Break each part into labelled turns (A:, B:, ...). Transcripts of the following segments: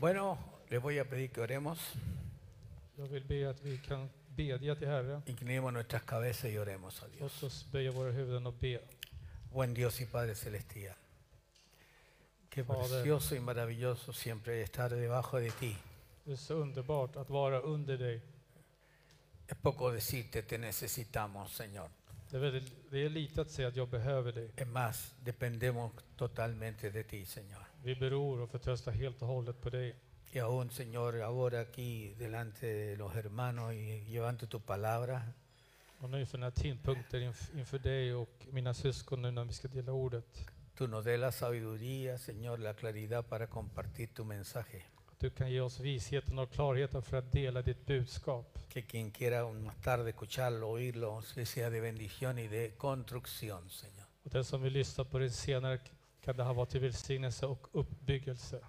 A: Bueno, les voy a pedir que oremos.
B: Jag vill be att vi kan bedja till Herren.
A: Inclinemos nuestras cabezas y oremos a Dios.
B: Låt oss böja våra huvuden och be.
A: Buen Dios y Padre Celestial. Qué
B: Padre.
A: precioso y maravilloso siempre estar debajo de ti.
B: Det är så underbart att vara under dig.
A: Es poco decirte, te necesitamos, Señor.
B: Det är, väldigt, det är lite att säga att jag behöver dig.
A: Es más, dependemos totalmente de ti, Señor.
B: Vi beror och förtröstar helt och hållet på dig.
A: Y aún, Señor, ahora aquí delante de los hermanos y llevando tu palabra,
B: Och nu för den här tidpunkten inf- inför dig och mina syskon nu när vi ska dela ordet.
A: tú nos dé la sabiduría, Señor, la claridad para compartir tu mensaje.
B: Att du kan ge oss visheten och klarheten för att dela ditt budskap.
A: Que quien quiera aún más tarde escucharlo, oírlo, que sea de bendición y de construcción, Señor.
B: Och den som vill lyssna på det senare k- kan det här vara till välsignelse och uppbyggelse.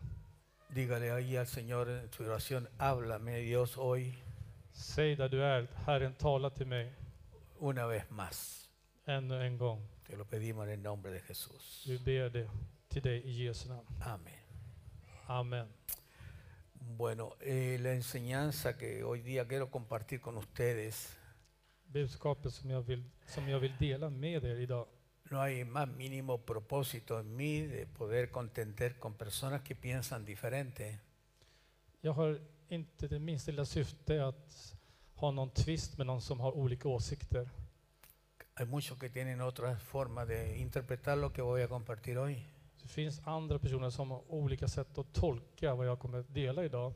A: Dígale ahí al Señor en su oración, háblame Dios hoy
B: Säg där du är, Herren tala till mig
A: una vez más.
B: ännu en gång.
A: Te lo pedimos en el nombre de Jesús.
B: Vi ber det till dig i Jesu namn.
A: Amén.
B: Amen.
A: Bueno, eh, la enseñanza que hoy día quiero compartir con ustedes,
B: Budskapet som jag, vill, som jag vill dela med er idag.
A: no hay más mínimo propósito en mí de poder contender con personas que piensan diferente.
B: Jag har inte det minsta lilla syfte att ha någon tvist med någon som har olika åsikter.
A: Hay muchos que tienen otras formas de interpretar lo que voy a compartir hoy.
B: Det finns andra personer som har olika sätt att tolka vad jag kommer att dela idag.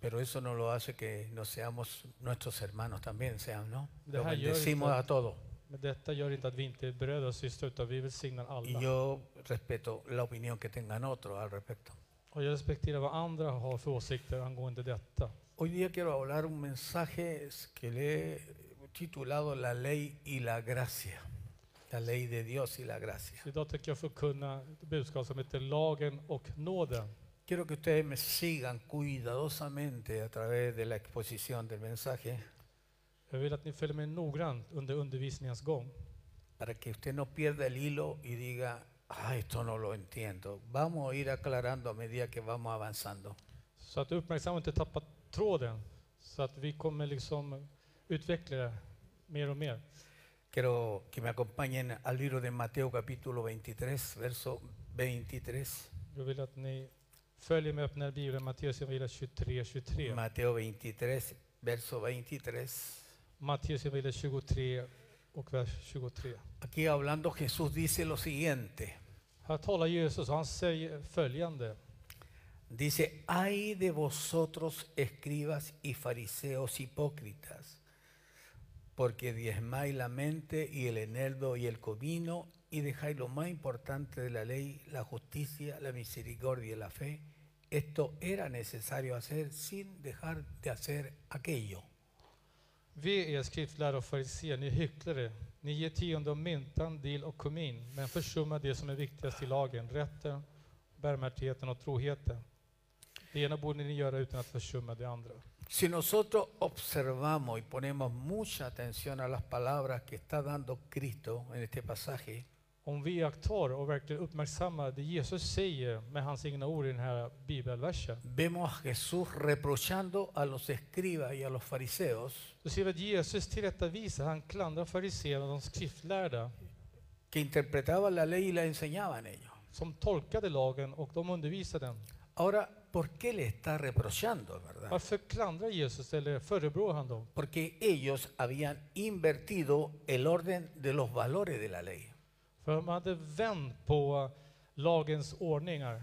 A: Pero eso no lo hace que no seamos nuestros hermanos también, sean, ¿no?
B: De
A: Los
B: Jairo y
A: bendecimos
B: todo.
A: a todos.
B: Men detta gör inte att vi inte är bröder och systrar, utan vi välsignar
A: Y
B: alla.
A: yo respeto la opinión que tengan otros al respecto.
B: Och jag respekterar vad andra har för åsikter angående detta.
A: Hoy día quiero hablar un mensaje es- que le he titulado La ley y la gracia. La ley de Dios y la gracia.
B: Så idag tänker jag förkunna ett budskap som heter Lagen och nåden.
A: Quiero que ustedes me sigan cuidadosamente a través de la exposición del mensaje
B: Jag vill att ni följer med noggrant under undervisningens gång.
A: para que usted no pierda el hilo y diga, ah, esto no lo entiendo. Vamos a ir aclarando a medida que vamos avanzando.
B: Så att uppmärksamma och inte tappa tråden. Så att vi kommer liksom utveckla det mer och mer.
A: Quiero que me acompañen al libro de Mateo capítulo 23, verso 23.
B: Jag vill att ni följer med och öppnar Bibeln, Matteus evangeliet 23, 23.
A: Mateo 23, verso 23.
B: Matteus evangeliet 23 och vers 23.
A: Aquí hablando Jesús dice lo siguiente.
B: Här talar Jesus och han säger följande.
A: Dice, ay de vosotros escribas y fariseos hipócritas, porque diezmáis la mente y el eneldo y el comino y dejáis lo más importante de la ley, la justicia, la misericordia y la fe. Esto era necesario hacer sin dejar de hacer aquello.
B: Vi är skriftlärare och fariséer, ni är hycklare. Ni ger tionde om myntan, dill och kumin, men försummar det som är viktigast i lagen, rätten, barmhärtigheten och troheten. Det ena borde ni göra utan att försumma det andra.
A: Si nosotros observamos y ponemos mucha atención a las palabras que está dando Cristo en este pasaje,
B: Om vi iakttar och verkligen uppmärksammar det Jesus säger med hans egna ord i den här bibelversen,
A: vemos a Jesús reprochando a los escribas y a los fariseos
B: då ser vi att Jesus tillrättavisar, han klandrar fariséerna och de skriftlärda
A: que interpretaban la ley y la enseñaban ellos.
B: som tolkade lagen och de undervisade den.
A: Ahora, ¿por qué le está reprochando, verdad?
B: Varför klandrar Jesus eller förebrår han dem?
A: Porque ellos habían invertido el orden de los valores de la ley.
B: För de hade vänt på lagens ordningar.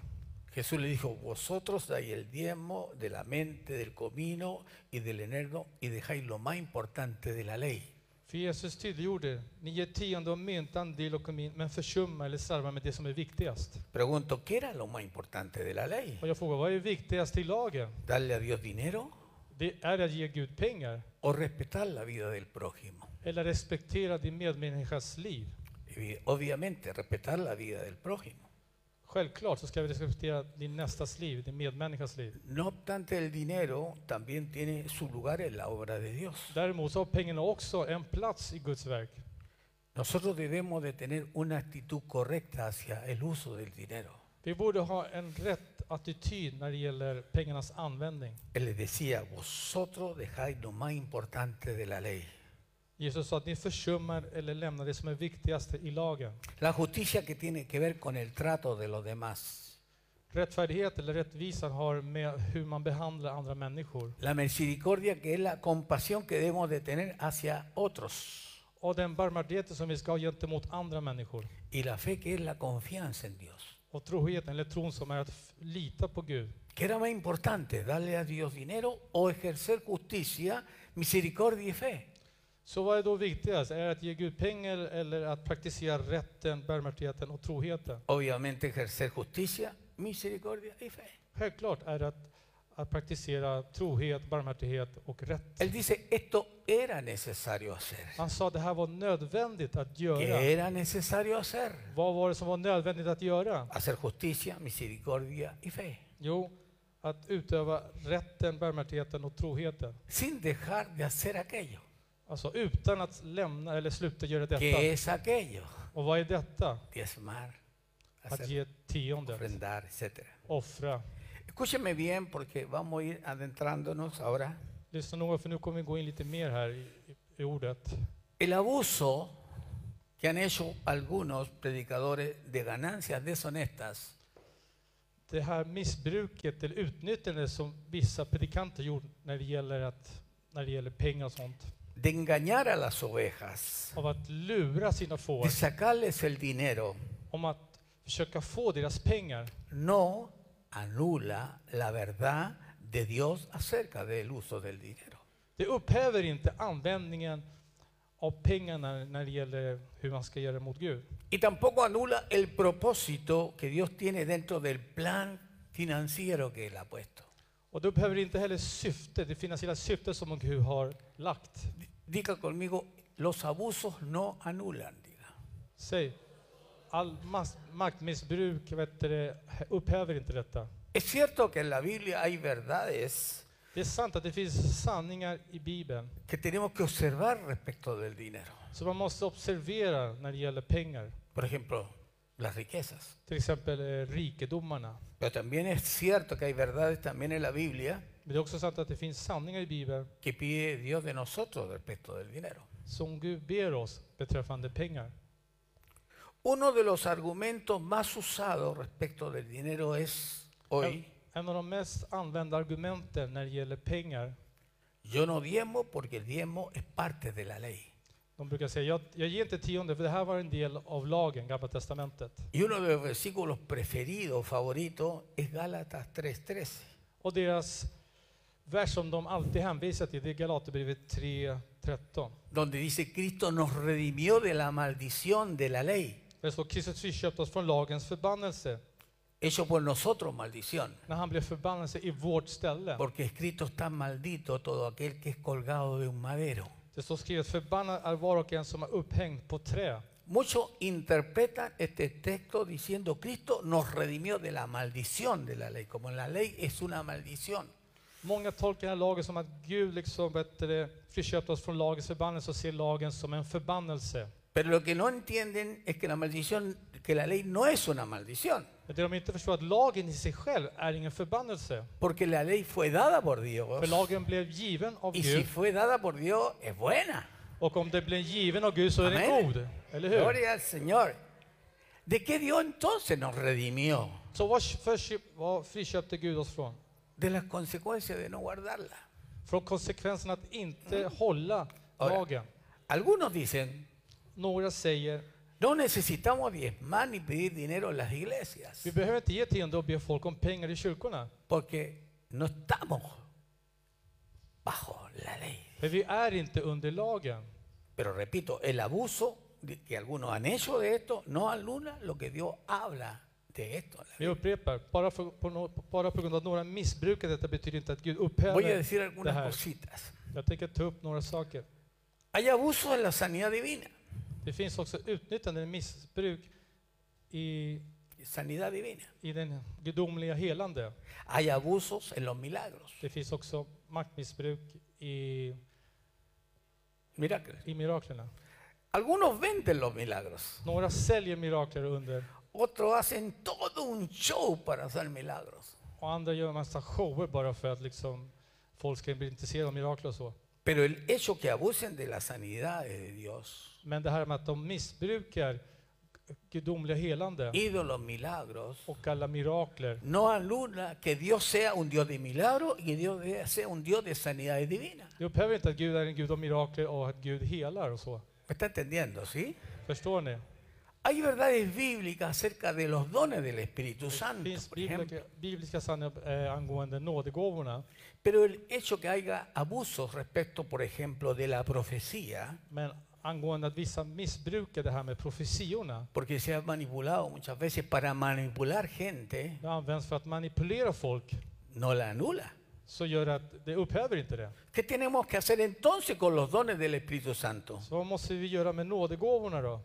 A: Jesús le dijo, vosotros dais el diezmo de la mente, del comino y del energo y dejáis lo más importante de la ley.
B: För Jesus tydliggjorde, ni ger tionde och myntan, dill och kumin, men försumma eller slarva med det som är viktigast.
A: Pregunto, ¿qué era lo más importante de la ley?
B: Och jag frågar, vad är viktigast i lagen?
A: ¿Darle a Dios dinero
B: Det är att ge Gud pengar,
A: o respetar la vida del prójimo?
B: eller respektera din medmänniskas liv.
A: Evi- Obviamente, respetar la vida del prójimo.
B: Självklart så ska vi respektera din nästas liv, din medmänniskas liv.
A: No obstante, el dinero también tiene su lugar en la obra de Dios.
B: Däremot så har pengarna också en plats i Guds verk.
A: Nosotros debemos de tener una actitud correcta hacia el uso del dinero.
B: Vi borde ha en rätt attityd när det gäller pengarnas användning.
A: Él les decía, vosotros dejáis lo más importante de la ley.
B: Jesus sa att ni försummar eller lämnar det som är viktigaste i lagen.
A: La justicia que tiene que ver con el trato de los demás.
B: Rättfärdighet eller rättvisan har med hur man behandlar andra människor
A: La misericordia que es la compasión que debemos de tener hacia otros.
B: och den barmhärtighet som vi ska ha gentemot andra människor.
A: Y la fe que es la confianza en Dios.
B: Och troheten eller tron som är att f- lita på Gud.
A: ¿Qué era más importante, darle a Dios dinero o ejercer justicia, misericordia y fe?
B: Så vad är då viktigast? Är det att ge Gud pengar eller att praktisera rätten, barmhärtigheten och troheten?
A: Obviamente ejercer justicia, misericordia y fe.
B: Självklart är det att, att praktisera trohet, barmhärtighet och rätt.
A: Él dice, esto era necesario hacer.
B: Han sa att det här var nödvändigt att
A: ¿Qué
B: göra.
A: era necesario hacer?
B: Vad var det som var nödvändigt att göra?
A: Hacer justicia, misericordia y fe.
B: Jo, att utöva rätten, barmhärtigheten och troheten.
A: Sin dejar de hacer aquello.
B: Alltså utan att lämna eller sluta göra
A: ¿Qué
B: detta.
A: es aquello?
B: Och vad är detta?
A: Diezmar,
B: Att
A: hacer,
B: ge tionde,
A: ofrendar, etc.
B: offra.
A: Escúcheme bien porque vamos a ir adentrándonos ahora.
B: Lyssna noga för nu kommer vi gå in lite mer här i, i, i ordet.
A: El abuso que han hecho algunos predicadores de ganancias deshonestas
B: det här missbruket eller utnyttjandet som vissa predikanter gjort när det gäller, att, när det gäller pengar och sånt.
A: de engañar a las ovejas,
B: Av att lura sina får.
A: de sacarles el dinero,
B: Om att försöka få deras pengar.
A: no anula la verdad de Dios acerca del uso del dinero.
B: Det upphäver inte användningen av pengarna när det gäller hur man ska göra mot Gud.
A: Y tampoco anula el propósito que Dios tiene dentro del plan financiero que Él ha puesto.
B: Och det upphäver inte heller syftet, det finansiella syftet som Gud har lagt.
A: Di- Diga conmigo, los abusos no anulan. diga.
B: Säg, all mas- maktmissbruk vet du, det, upphäver inte detta.
A: Es cierto que en la Biblia hay verdades
B: Det är sant att det finns sanningar i Bibeln
A: que tenemos que observar respecto del dinero.
B: Så man måste observera när det gäller pengar,
A: Por ejemplo, las riquezas.
B: till exempel eh, rikedomarna.
A: Pero también es cierto que hay verdades también en la Biblia
B: Men det är också sant att det finns sanningar i Bibeln
A: que pide Dios de nosotros respecto del dinero.
B: som Gud ber oss beträffande pengar.
A: Uno de los argumentos más usados respecto del dinero es hoy,
B: En av de mest använda argumenten när det gäller pengar,
A: yo no diezmo porque el diezmo es parte de la ley.
B: de brukar säga jag, jag ger inte tionde för det här var en del av lagen, Gamla Testamentet.
A: Y uno de los versículos preferidos, favoritos, es Gálatas 3:13.
B: Och deras vers som de alltid hänvisar till, det är Galaterbrevet 3.13.
A: donde dice Cristo nos redimió de la maldición de la ley,
B: Där står Kristus friköpte oss från lagens förbannelse,
A: hecho por nosotros maldición,
B: när han blev förbannelse i vårt ställe.
A: porque escrito está maldito todo aquel que es colgado de un madero.
B: Det står skrivet, förbannad är var och en som är upphängd på trä.
A: Muchos interpretan este texto diciendo Cristo nos redimió de la maldición de la ley, como la ley es una maldición.
B: Många tolkar den här lagen som att Gud liksom vet du det, friköpte oss från lagens förbannelse och ser lagen som en förbannelse.
A: Pero lo que no entienden es que la maldición, que la ley no es una maldición,
B: Men det de inte förstår är att lagen i sig själv är ingen förbannelse.
A: porque la ley fue dada por Dios.
B: För lagen blev given av
A: Y si
B: Gud
A: fue dada por Dios, es buena.
B: och om det blir given av Gud så är den
A: Amen.
B: god. Eller hur?
A: Gloria al Señor. ¿De qué Dios entonces nos redimió?
B: Så vad, försö- vad friköpte Gud oss från?
A: De las consecuencias de no guardarla.
B: Från konsekvensen att inte hålla
A: Ahora.
B: lagen.
A: Algunos dicen,
B: Några säger,
A: no necesitamos diezmar ni pedir dinero en las iglesias,
B: vi behöver inte ge tionde och be folk om pengar i kyrkorna.
A: porque no estamos bajo la ley.
B: För vi är inte under lagen.
A: Pero repito, el abuso de- que algunos han hecho de esto no anula lo que Dios habla de esto.
B: Vi upprepar, bara, för, på, no- bara på grund av att några missbrukar detta betyder inte att Gud
A: Voy a
B: upphäver
A: decir
B: det
A: algunas
B: här.
A: cositas.
B: Jag tänker ta upp några saker.
A: Hay abuso en la sanidad divina.
B: Det finns också utnyttjande, eller missbruk i,
A: Sanidad divina.
B: i den gudomliga helande.
A: Hay abusos en los milagros.
B: Det finns också maktmissbruk i,
A: Milagros.
B: i miraklerna.
A: Algunos venden los milagros,
B: Några säljer mirakler under,
A: otros hacen todo un show para hacer milagros.
B: Och andra gör en massa shower bara för att liksom folk ska bli intresserade av mirakler och så.
A: Pero el hecho que abusen de las sanidades de Dios
B: Men det här med att de missbrukar gudomliga helande
A: y de los milagros
B: och alla mirakler
A: no anula que Dios sea un Dios de milagros y Dios sea un Dios de sanidades divinas.
B: Det upphäver inte att Gud är en Gud av mirakler och att Gud helar och så.
A: ¿Me está entendiendo, sí?
B: Förstår ni?
A: Hay verdades bíblicas acerca de los dones del Espíritu
B: Det
A: Santo,
B: finns
A: por ejemplo.
B: bibliska, bibliska sanningar eh, angående nådegåvorna.
A: Pero el hecho que haya abusos respecto, por ejemplo, de la profecía,
B: Men angående att vissa missbrukar det här med profetiorna.
A: porque se ha manipulado muchas veces para manipular gente,
B: Det används för att manipulera folk.
A: no la anula.
B: Så gör det att det upphäver inte det.
A: ¿Qué tenemos que hacer entonces con los dones del Espíritu Santo?
B: Så vad måste vi göra med nådegåvorna då?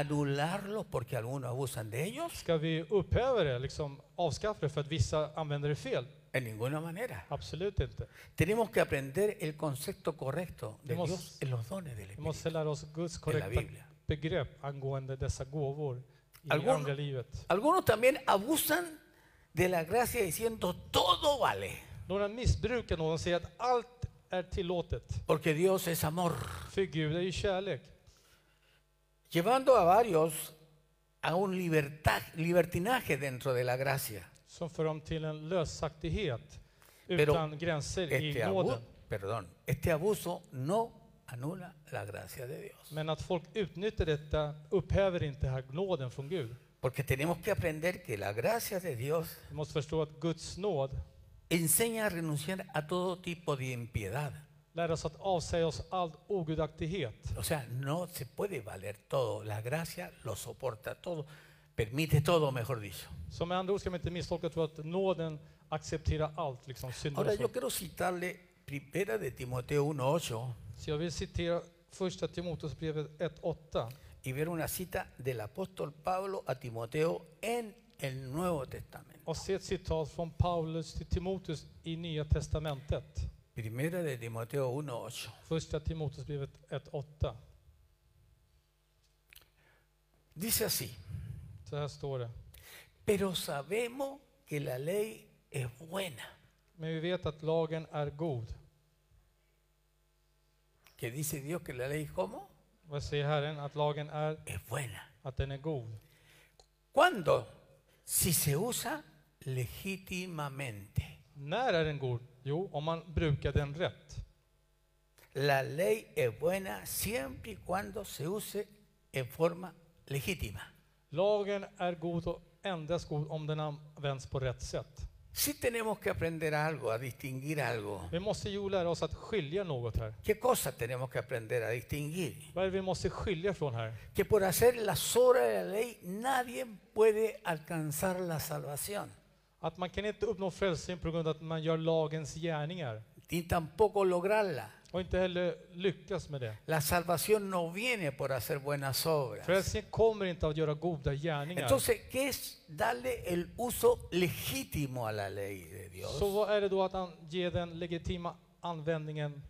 A: ¿Anularlos porque algunos abusan de ellos?
B: Ska vi upphäva det, liksom avskaffa det för att vissa använder det fel?
A: En ninguna manera.
B: Absolut inte.
A: Tenemos que aprender el concepto correcto de
B: Hemos-
A: Dios en los dones del
B: Vi
A: Espíritu.
B: måste lära oss Guds korrekta
A: Biblia.
B: begrepp angående dessa gåvor i
A: Alguno-
B: andra livet.
A: Algunos también abusan de la gracia diciendo todo vale,
B: Några missbrukar någon och säger att allt är tillåtet.
A: porque Dios es amor.
B: För Gud är ju kärlek.
A: Llevando a varios a un liberta- libertinaje dentro de la gracia.
B: som för dem till en lösaktighet
A: Pero
B: utan gränser
A: Este
B: i
A: abuso,
B: nåden.
A: perdón, este abuso no anula la gracia de Dios.
B: Men att folk utnyttjar detta upphäver inte här nåden från Gud.
A: Porque tenemos que aprender que la gracia de Dios
B: Vi måste förstå att Guds nåd
A: enseña a renunciar a todo tipo de impiedad.
B: lär oss att avsäga oss all ogudaktighet.
A: O sea, no se puede valer todo. La gracia lo soporta todo, permite todo, mejor dicho.
B: Så med andra ord ska man inte misstolka och tro att nåden accepterar allt, liksom synder
A: Ahora
B: och
A: yo
B: så.
A: quiero citarle primera de Timoteo 1.8
B: Så jag vill citera första Timoteusbrevet 1.8.
A: y ver una cita del apóstol Pablo a Timoteo en el Nuevo Testamento.
B: Och se ett citat från Paulus till Timoteus i Nya Testamentet.
A: Primera de Timoteo 1.8.
B: Första Timoteusbrevet 1.8.
A: Dice así,
B: Så här står det.
A: pero sabemos que la ley es buena,
B: Men vi vet att lagen är god.
A: que dice Dios que la ley cómo?
B: Vad säger Herren? Att lagen är,
A: Es buena.
B: att den är god.
A: ¿Cuándo? Si se usa legítimamente.
B: När är den god? Jo, om man brukar den rätt.
A: La ley es buena siempre y cuando se use en forma legítima.
B: Lagen är god och endast god om den används på rätt sätt.
A: Sí tenemos que aprender algo, a distinguir algo.
B: Vi måste ju lära oss att skilja något här.
A: ¿Qué cosas tenemos que aprender a distinguir?
B: Vad är det vi måste skilja från här?
A: Que por hacer las obras de la ley nadie puede alcanzar la salvación,
B: Att man kan inte uppnå frälsning på grund av att man gör lagens gärningar
A: ni tampoco lograrla.
B: och inte heller lyckas med det.
A: La salvación no viene por hacer buenas obras.
B: Frälsningen kommer inte att göra goda gärningar.
A: Entonces, ¿qué es darle el uso legítimo a la ley de Dios?
B: Så vad är det då att an- ge den legitima användningen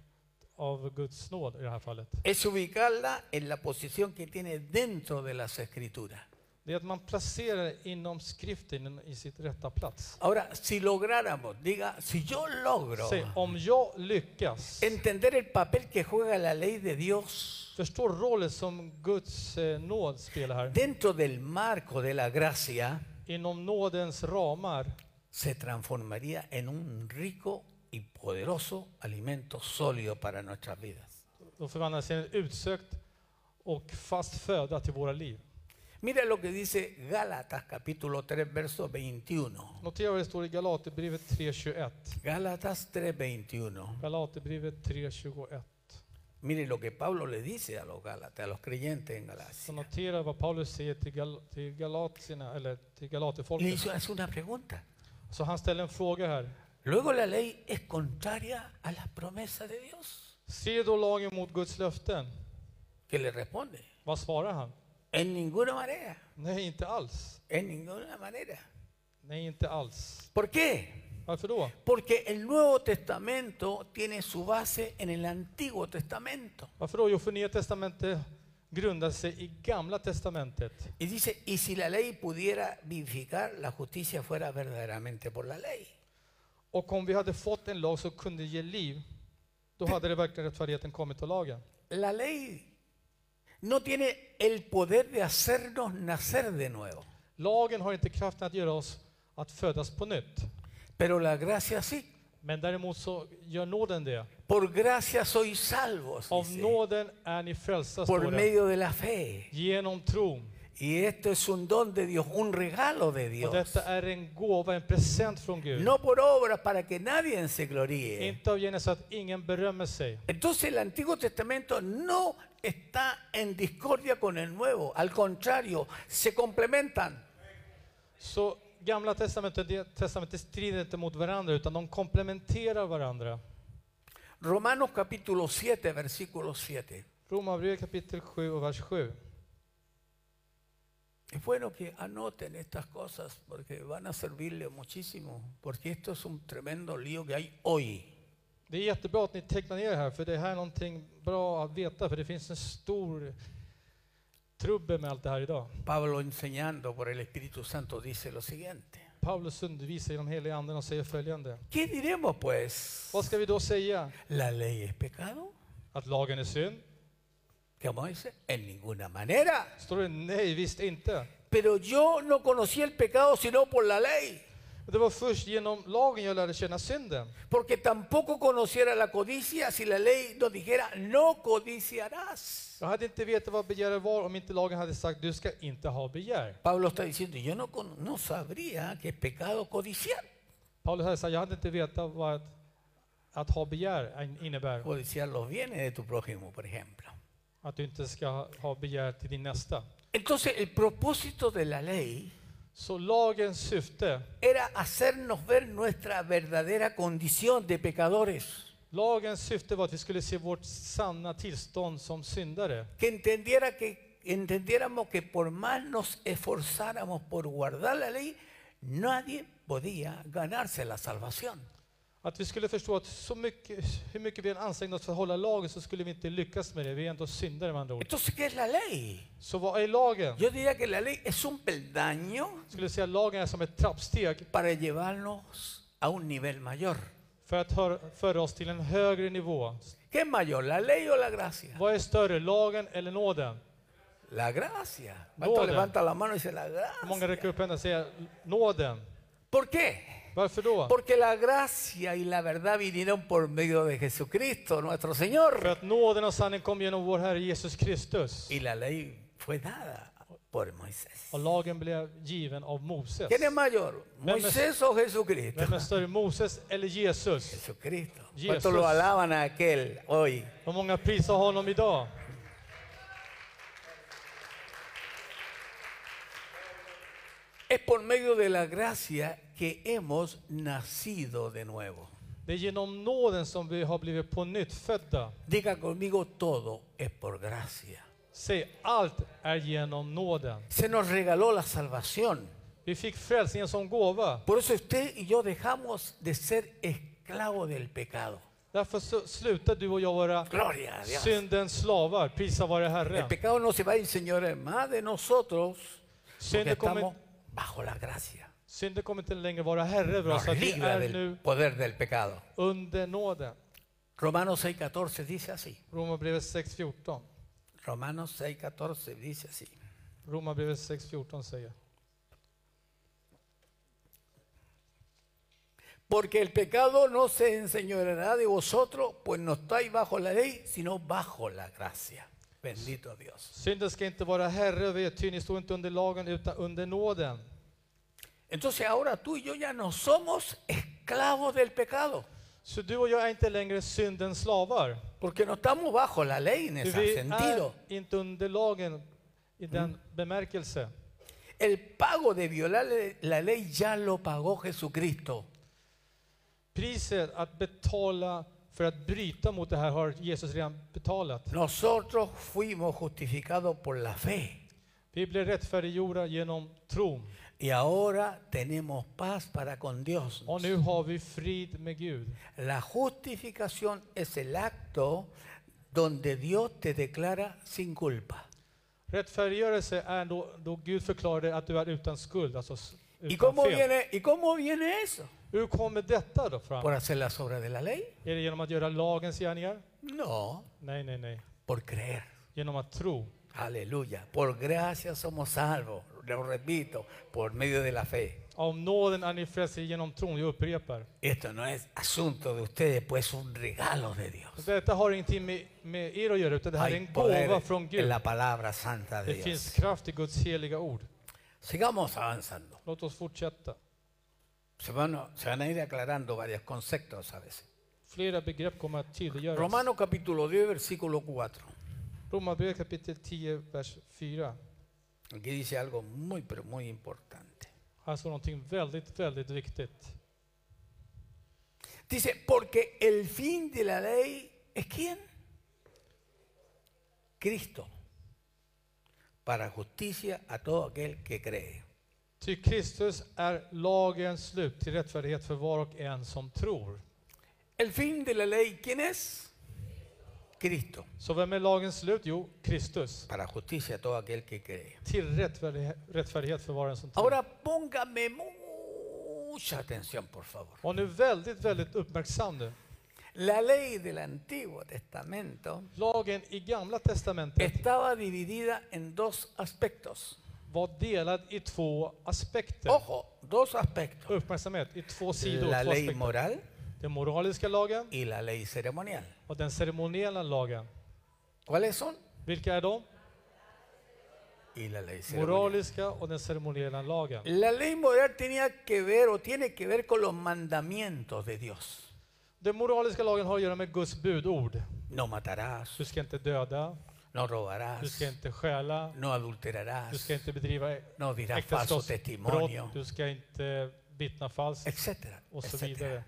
B: av Guds nåd i det här fallet?
A: es ubicarla en la posición que tiene dentro de las escrituras.
B: Det är att man placerar inom skriften i sitt rätta plats.
A: Ahora, si lográramos, diga, si yo logro
B: Säg, om jag lyckas
A: entender el papel que juega la ley de Dios
B: förstå rollen som Guds eh, nåd spelar här.
A: dentro del marco de la gracia,
B: Inom nådens ramar
A: se transformaría en un rico y poderoso alimento sólido para nuestras vidas.
B: då förvandlas det till en utsökt och fast föda till våra liv.
A: Mira lo que dice Gálatas capítulo 3, verso 21.
B: Notera vad det står i Galaterbrevet 3.21.
A: Gálatas 3, 21.
B: Galaterbrevet 3.21.
A: Mire lo que Pablo le dice a los Gálatas, a los creyentes en Galacia.
B: Så notera vad Paulus säger till, gal till galatierna, eller
A: Le
B: till galaterfolket.
A: hizo hace una pregunta.
B: Så han ställer en fråga här.
A: Luego la ley es contraria a las promesas de Dios.
B: Ser då lagen mot Guds löften?
A: Que le responde.
B: Vad svarar han?
A: En ninguna manera.
B: Nej, inte alls.
A: En ninguna manera.
B: Nej, inte alls.
A: ¿Por qué?
B: Varför då?
A: Porque el Nuevo Testamento tiene su base en el Antiguo Testamento.
B: Varför då? Jo, för Nya Testamentet grundar sig i Gamla Testamentet.
A: Y dice, y si la ley pudiera vivificar, la justicia fuera verdaderamente por la ley.
B: Och om vi hade fått en lag som kunde ge liv, då hade det verkligen rättfärdigheten kommit till lagen.
A: La ley no tiene el poder de hacernos nacer de nuevo,
B: Lagen har inte kraften att göra oss att födas på nytt.
A: pero la gracia sí.
B: Men däremot så gör nåden det.
A: Por gracia sois salvos
B: Av
A: dice,
B: nåden är ni frälsta, står
A: por
B: det.
A: medio de la fe.
B: Genom tron.
A: Y esto es un don de Dios, un regalo de Dios.
B: Och detta är en gåva, en present från Gud.
A: No por obras para que nadie se gloríe.
B: Inte av gärning så att ingen berömmer sig.
A: Entonces el Antiguo Testamento no está en discordia con el Nuevo. Al contrario, se complementan.
B: Så Gamla testamentet och Nya testamentet strider inte mot varandra utan de komplementerar varandra.
A: Romanos capítulo 7, versículo 7.
B: Romarbrevet kapitel 7 och vers 7.
A: Es bueno que anoten estas cosas porque van a servirle muchísimo, porque esto es un tremendo lío que hay hoy.
B: Det är jättebra att ni tecknar ner det här för det här är någonting bra att veta för det finns en stor trubbel med allt det här idag.
A: Pablo enseñando por el Espíritu Santo dice lo siguiente.
B: Paulus undervisar genom heliga anden och säger följande.
A: ¿Qué diremos pues?
B: Vad ska vi då säga?
A: ¿La ley es pecado?
B: Att lagen är synd?
A: Como dice, en ninguna manera.
B: Står det nej, visst inte.
A: Pero yo no conocí el pecado sino por la ley,
B: Det var först genom lagen jag lärde känna synden.
A: porque tampoco conociera la codicia si la ley nos dijera, no codiciarás.
B: Jag hade inte vetat vad begär var om inte lagen hade sagt du ska inte ha begär.
A: Pablo está diciendo, yo no, con- no sabría que es pecado codiciar.
B: Paulus hade sagt jag hade inte vetat vad att, att ha begär in- innebär.
A: Codiciar los bienes de tu prójimo, por ejemplo.
B: Att du inte ska ha- ha begär till din nästa.
A: Entonces el propósito de la ley
B: Så lagens syfte,
A: era hacernos ver nuestra verdadera condición de pecadores,
B: lagens syfte var att vi skulle se vårt sanna tillstånd som syndare.
A: que entendiera que entendiéramos que por más nos esforzáramos por guardar la ley, nadie podía ganarse la salvación.
B: Att vi skulle förstå att så mycket, hur mycket vi än ansträngde oss för att hålla lagen så skulle vi inte lyckas med det. Vi är ändå syndare med andra ord.
A: Entonces, ¿qué es la ley?
B: Så vad är lagen?
A: Yo diría que la ley es un peldaño
B: Jag skulle säga att lagen är som ett trappsteg
A: para llevarnos a un nivel mayor.
B: för att hör, föra oss till en högre nivå.
A: ¿Qué es mayor, la ley o la gracia?
B: Vad är större, lagen eller nåden?
A: La gracia.
B: No,
A: ¿Cuánto
B: de-
A: levanta la mano y dice la
B: Hur Många
A: gracia?
B: räcker upp händerna och säger nåden.
A: ¿Por qué?
B: Varför då?
A: Porque la gracia y la verdad vinieron por medio de Jesucristo, nuestro Señor.
B: För att nåden och sanningen kom genom vår Herre Jesus Kristus.
A: Y la ley fue dada por Moisés.
B: Och lagen blev given av Moses.
A: ¿Quién es mayor,
B: Vem är-
A: Moisés o Jesucristo?
B: Vem är större, Moses eller Jesus?
A: Jesucristo.
B: Jesus.
A: ¿Cuánto lo alaban a aquel hoy?
B: Hur många prisar honom idag?
A: Es por medio de la gracia que hemos nacido de nuevo.
B: Det är genom nåden som vi har blivit på nytt födda.
A: Diga conmigo, todo es por gracia.
B: Säg, allt är genom nåden.
A: Se nos regaló la salvación.
B: Vi fick frälsningen som gåva.
A: Por eso usted y yo dejamos de ser esclavos del pecado.
B: Därför så slutar du och jag vara
A: Gloria a Dios.
B: syndens slavar. Prisa vare
A: El
B: Herren.
A: pecado no se va a enseñar más de nosotros porque
B: Synden kommer,
A: estamos bajo la gracia.
B: synden kommer inte längre vara herre över
A: Nos
B: oss. att Vi
A: libra
B: är nu
A: del poder del pecado.
B: under nåden.
A: Romanos 6.14 dice así.
B: Romarbrevet 6.14.
A: Romanos 6.14 dice así.
B: Romarbrevet 6.14 säger.
A: Porque el pecado no se enseñoreará de vosotros, pues no estáis bajo la ley, sino bajo la gracia. Bendito Dios.
B: Synden ska inte vara herre över er, ty ni står inte under lagen utan under nåden.
A: Entonces ahora tú y yo ya no somos esclavos del pecado,
B: Så du och jag är inte längre syndens slavar.
A: porque no estamos bajo la ley en
B: Ty
A: ese
B: vi är
A: sentido.
B: inte under lagen i den bemärkelse.
A: El pago de violar la ley ya lo pagó Jesucristo.
B: Priset att betala för att bryta mot det här har Jesus redan betalat.
A: Nosotros fuimos justificados por la fe
B: Vi blev rättfärdiggjorda genom tron.
A: y ahora tenemos paz para con Dios.
B: Och nu har vi frid med Gud.
A: La justificación es el acto donde Dios te declara sin culpa.
B: Rättfärdiggörelse är då, då Gud förklarade att du är utan skuld, alltså s-
A: ¿Y
B: utan
A: cómo
B: fel.
A: viene, ¿y cómo viene eso?
B: Hur kommer detta då fram?
A: ¿Por hacer las obras de la ley?
B: Är det genom att göra lagens gärningar?
A: No,
B: Nej, nej, nej.
A: por creer.
B: Genom att tro.
A: Aleluya. Por gracia somos salvos. Lo repito, por medio de la fe.
B: Om nåden är ni frälsta genom tron, jag upprepar.
A: Esto no es asunto de ustedes, pues es un regalo de Dios.
B: Detta har ingenting med, med er att göra, utan det här är
A: Hay
B: en gåva
A: poder
B: från
A: en
B: Gud.
A: la palabra santa
B: Det
A: de Dios.
B: finns kraft i Guds heliga ord.
A: Sigamos avanzando.
B: Låt oss fortsätta.
A: Se van, a- se van a ir aclarando varios conceptos a veces.
B: Flera begrepp kommer att tydliggöras.
A: Romano capítulo 10, versículo 4.
B: Romarbrevet kapitel 10, vers 4.
A: Aquí dice algo muy, pero muy importante.
B: Här står någonting väldigt, väldigt viktigt.
A: Dice, porque el fin de la ley es quién? Cristo. Para justicia a todo aquel que cree.
B: Ty Kristus är lagens slut till rättfärdighet för var och en som tror.
A: El fin de la ley, ¿quién es? Cristo.
B: Så vem är lagens slut? Jo, Kristus.
A: Para justicia a todo aquel que cree.
B: Till rättfärdighet, rättfärdighet för var och en som tror.
A: Ahora póngame mucha atención, por favor.
B: Var nu väldigt, väldigt uppmärksam nu.
A: La ley del Antiguo Testamento
B: Lagen i Gamla Testamentet
A: estaba dividida en dos aspectos.
B: var delad i två aspekter.
A: Ojo, dos aspectos.
B: Uppmärksamhet i två sidor,
A: La
B: två
A: ley
B: aspekter.
A: moral
B: Den moraliska lagen
A: y la ley ceremonial.
B: och den ceremoniella lagen.
A: ¿Cuáles son?
B: Vilka är de?
A: Y la ley ceremonial.
B: Moraliska och den ceremoniella lagen.
A: La ley moral tenía que ver o tiene que ver con los mandamientos de Dios.
B: Den moraliska lagen har att göra med Guds budord.
A: No matarás,
B: Du ska inte döda,
A: no
B: du
A: robarás,
B: ska inte stjäla,
A: no
B: du ska
A: adulterarás,
B: inte bedriva
A: no dirás falso testimonio,
B: äktenskapsbrott, du ska inte vittna falskt
A: etcétera,
B: och så
A: etcétera.
B: vidare.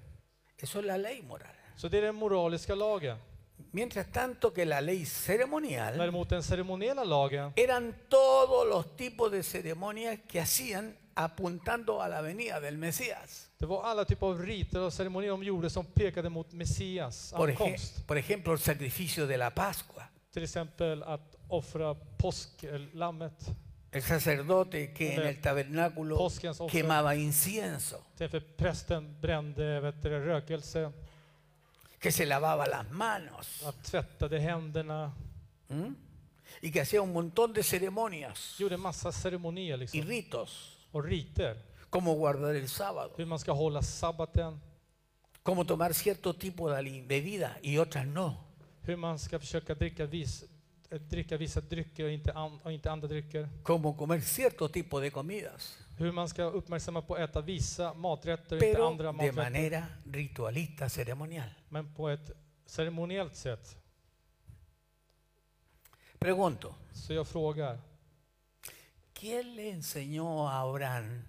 A: Eso es la ley moral.
B: Så det är den moraliska lagen.
A: Mm. Mientras tanto que la ley ceremonial
B: Däremot den ceremoniella lagen,
A: eran todos los tipos de ceremonias que hacían apuntando a la venida del Mesías.
B: det var alla typer av riter och ceremonier de gjorde som pekade mot Messias
A: Por, ej-
B: ankomst.
A: por ejemplo, el sacrificio de la Pascua.
B: Till exempel att offra påsklammet,
A: El sacerdote que en el tabernáculo
B: Påskens offer.
A: quemaba incienso,
B: Till exempel prästen brände vet du, rökelse,
A: que se lavaba las manos
B: att tvättade händerna,
A: ¿m? y que hacía un montón de ceremonias
B: gjorde massa ceremonier
A: y
B: liksom,
A: ritos,
B: och riter.
A: como guardar el sábado,
B: Hur man ska hålla sabbaten,
A: como tomar cierto tipo de ali- bebida y otras no.
B: hur man ska försöka dricka, vis, eh, dricka vissa drycker och inte, an, och inte andra drycker.
A: como comer cierto tipo de comidas,
B: Hur man ska uppmärksamma på att äta vissa maträtter och inte
A: pero
B: andra
A: de
B: maträtter.
A: manera ritualista, ceremonial.
B: Men på ett ceremoniellt sätt.
A: Pregunto,
B: Så jag frågar,
A: ¿quién le enseñó a Abraham,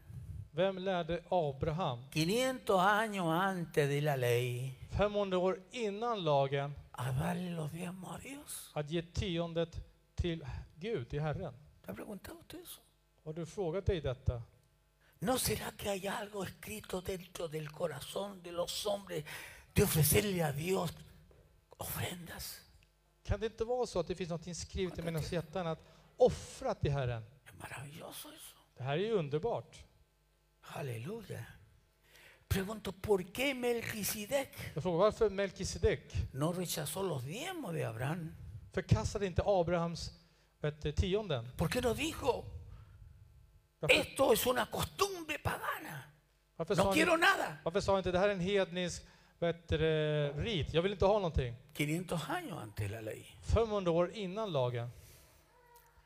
B: vem lärde Abraham
A: 500 años antes de la ley,
B: 500 år innan lagen
A: a darle los diezmos a Dios?
B: att ge tiondet till Gud, till Herren?
A: ¿Te ha preguntado usted eso?
B: Har du frågat dig detta?
A: ¿No será que hay algo escrito dentro del corazón de los hombres de ofrecerle a Dios ofrendas?
B: Kan det inte vara så att det finns något skrivet i människans hjärtan att offra till Herren?
A: Es maravilloso eso.
B: Det här är ju underbart.
A: Aleluya. Pregunto, ¿por qué Melquisedec
B: Jag frågar varför Melkisedek
A: no rechazó los diezmos de Abraham?
B: förkastade inte Abrahams vet, du, tionden?
A: ¿Por qué no dijo?
B: Varför,
A: Esto es una costumbre pagana.
B: varför, sa
A: No
B: han,
A: quiero
B: inte-
A: nada.
B: varför sa han inte det här är en hednisk vet, du, eh, rit? Jag vill inte ha någonting.
A: 500 años antes de la ley.
B: 500 år innan lagen.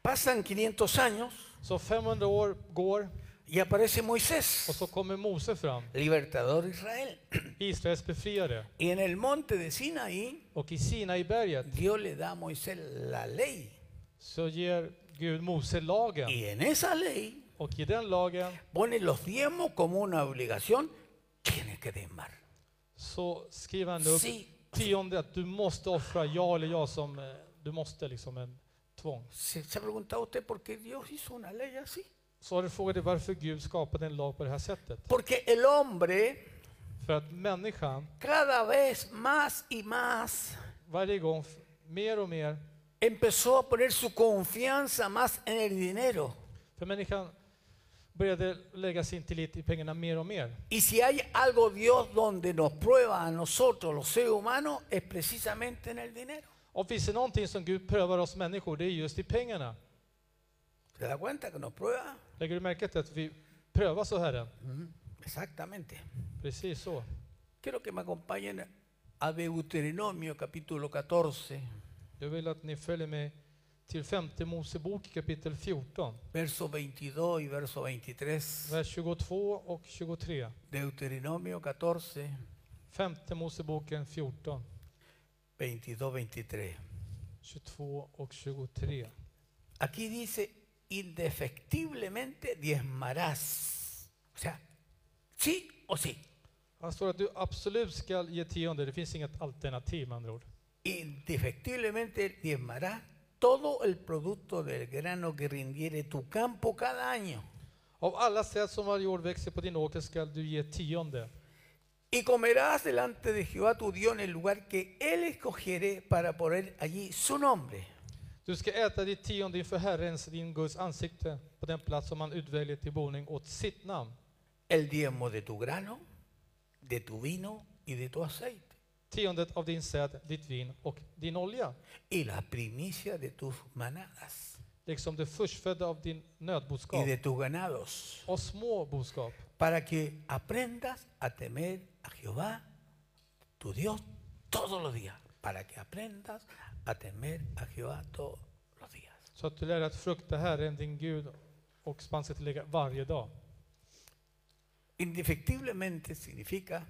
A: Pasan 500 años
B: Så 500 år går
A: y aparece
B: och
A: Moisés,
B: så kommer Mose fram,
A: libertador de Israel.
B: Israels befriare.
A: Y en el monte de Sinaí,
B: Och i Sinaiberget
A: Dios le da a Moisés la ley.
B: så ger Gud Mose lagen.
A: Y en esa ley
B: Och i den lagen
A: pone los diezmos como una obligación. Tienes que diezmar.
B: så skriver han upp
A: Sí.
B: tionde att du måste offra, ja eller ja som eh, du måste liksom en tvång.
A: ¿Se, se ha preguntado usted por qué Dios hizo una ley así?
B: Så har du frågat dig varför Gud skapade en lag på det här sättet.
A: Porque el hombre
B: För att människan
A: cada vez más y más
B: varje gång f- mer och mer,
A: empezó a poner su confianza más en el dinero,
B: för människan började lägga sin tillit i pengarna mer och mer.
A: Y si hay algo Dios donde nos prueba a nosotros los seres humanos es precisamente en el dinero.
B: Och finns det någonting som Gud prövar oss människor, det är just i pengarna.
A: ¿Se da cuenta que nos prueba?
B: Lägger du märke till att vi prövas av Herren?
A: Ujú, Exactamente.
B: Precis så.
A: Quiero que me acompañen a Deuteronomio capítulo 14,
B: Jag vill att ni följer med till femte Mosebok kapitel 14,
A: verso 22 y verso 23.
B: vers 22 och 23.
A: Deuteronomio 14,
B: Femte Moseboken 14,
A: 22, 23.
B: 22 och 23.
A: Aquí dice, indefectiblemente diezmarás. O sea, sí o sí.
B: Här står att du absolut ska ge tionde, det finns inget alternativ med andra ord.
A: Indefectiblemente diezmarás todo el producto del grano que rindiere tu campo cada año.
B: Av alla säd som varje år växer på din åker skall du ge tionde.
A: Y comerás delante de Jehová tu Dios en el lugar que Él escogiere para poner allí su nombre.
B: Du ska äta ditt tionde inför Herrens, din Guds ansikte, på den plats som han utväljer till boning åt sitt namn.
A: El diezmo de tu grano, de tu vino y de tu aceite.
B: Tiondet av din säd, ditt vin och din olja,
A: Y la primicia de tus manadas
B: liksom det förstfödda av din
A: y
B: nödboskap
A: de tus ganados.
B: och små boskap,
A: Para que aprendas a temer a Jehová, tu Dios, todos los días. Para que aprendas a temer a Jehová todos los días.
B: så att du lär dig att frukta Herren, din Gud, och spann sig tillägga varje dag.
A: Indefectiblemente significa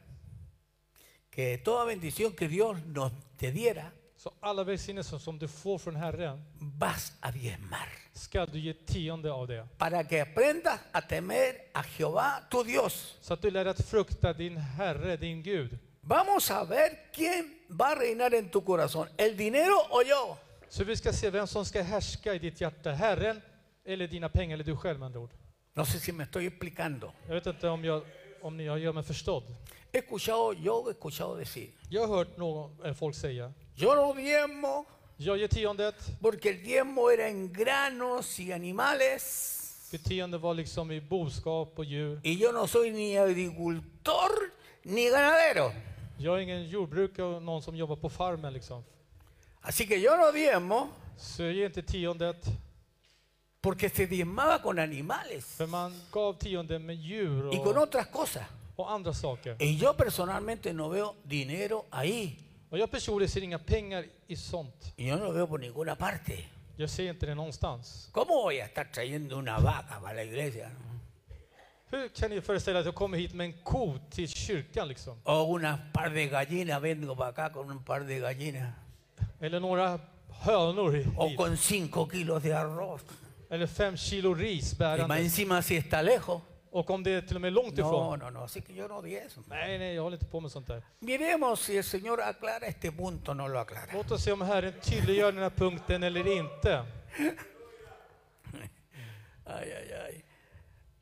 A: que toda bendición que Dios nos te diera,
B: Så alla välsignelser som du får från Herren
A: vas a diezmar.
B: ska du ge tionde av det,
A: Para que aprendas a temer a Jehová tu Dios.
B: så att du lär dig att frukta din Herre, din Gud.
A: Vamos a ver quién va a reinar en tu corazón, el dinero o yo.
B: Så vi ska se vem som ska härska i ditt hjärta, Herren eller dina pengar, eller du själv med andra ord.
A: No sé si me estoy explicando.
B: Jag vet inte om, jag, om ni- jag gör mig förstådd.
A: He escuchado, yo he escuchado decir,
B: Jag har hört någon, eh, folk säga,
A: yo no diezmo
B: jag ger tiondet,
A: porque el diezmo era en granos y animales
B: för tionde var liksom i boskap och djur.
A: y yo no soy ni agricultor ni ganadero.
B: Jag är ingen jordbrukare och någon som jobbar på farmen liksom.
A: Así que yo no diezmo
B: Så jag ger inte tiondet,
A: porque se diezmaba con animales
B: för man gav tionde med djur
A: y con
B: och,
A: otras cosas.
B: och andra saker.
A: Y yo personalmente no veo dinero ahí
B: Och jag personligen ser inga pengar i sånt.
A: y yo no lo veo por ninguna parte.
B: Jag ser inte det någonstans.
A: ¿Cómo voy a estar trayendo una vaca para la iglesia?
B: Hur kan ni föreställa er att jag kommer hit med en ko till kyrkan liksom?
A: O unas par de gallinas, vengo para acá con un par de gallinas.
B: Eller några hönor
A: O
B: hit.
A: con cinco kilos de arroz.
B: Eller fem kilo ris
A: Y más
B: bärande.
A: encima si está lejos.
B: Och om det är till och med långt
A: No,
B: ifrån.
A: no, no, así que yo no di eso.
B: Nej, nej, jag håller inte på med sånt där.
A: Miremos si el Señor aclara este punto, no lo aclara.
B: Låt oss se om Herren tydliggör den här punkten eller inte.
A: Ay, ay, ay.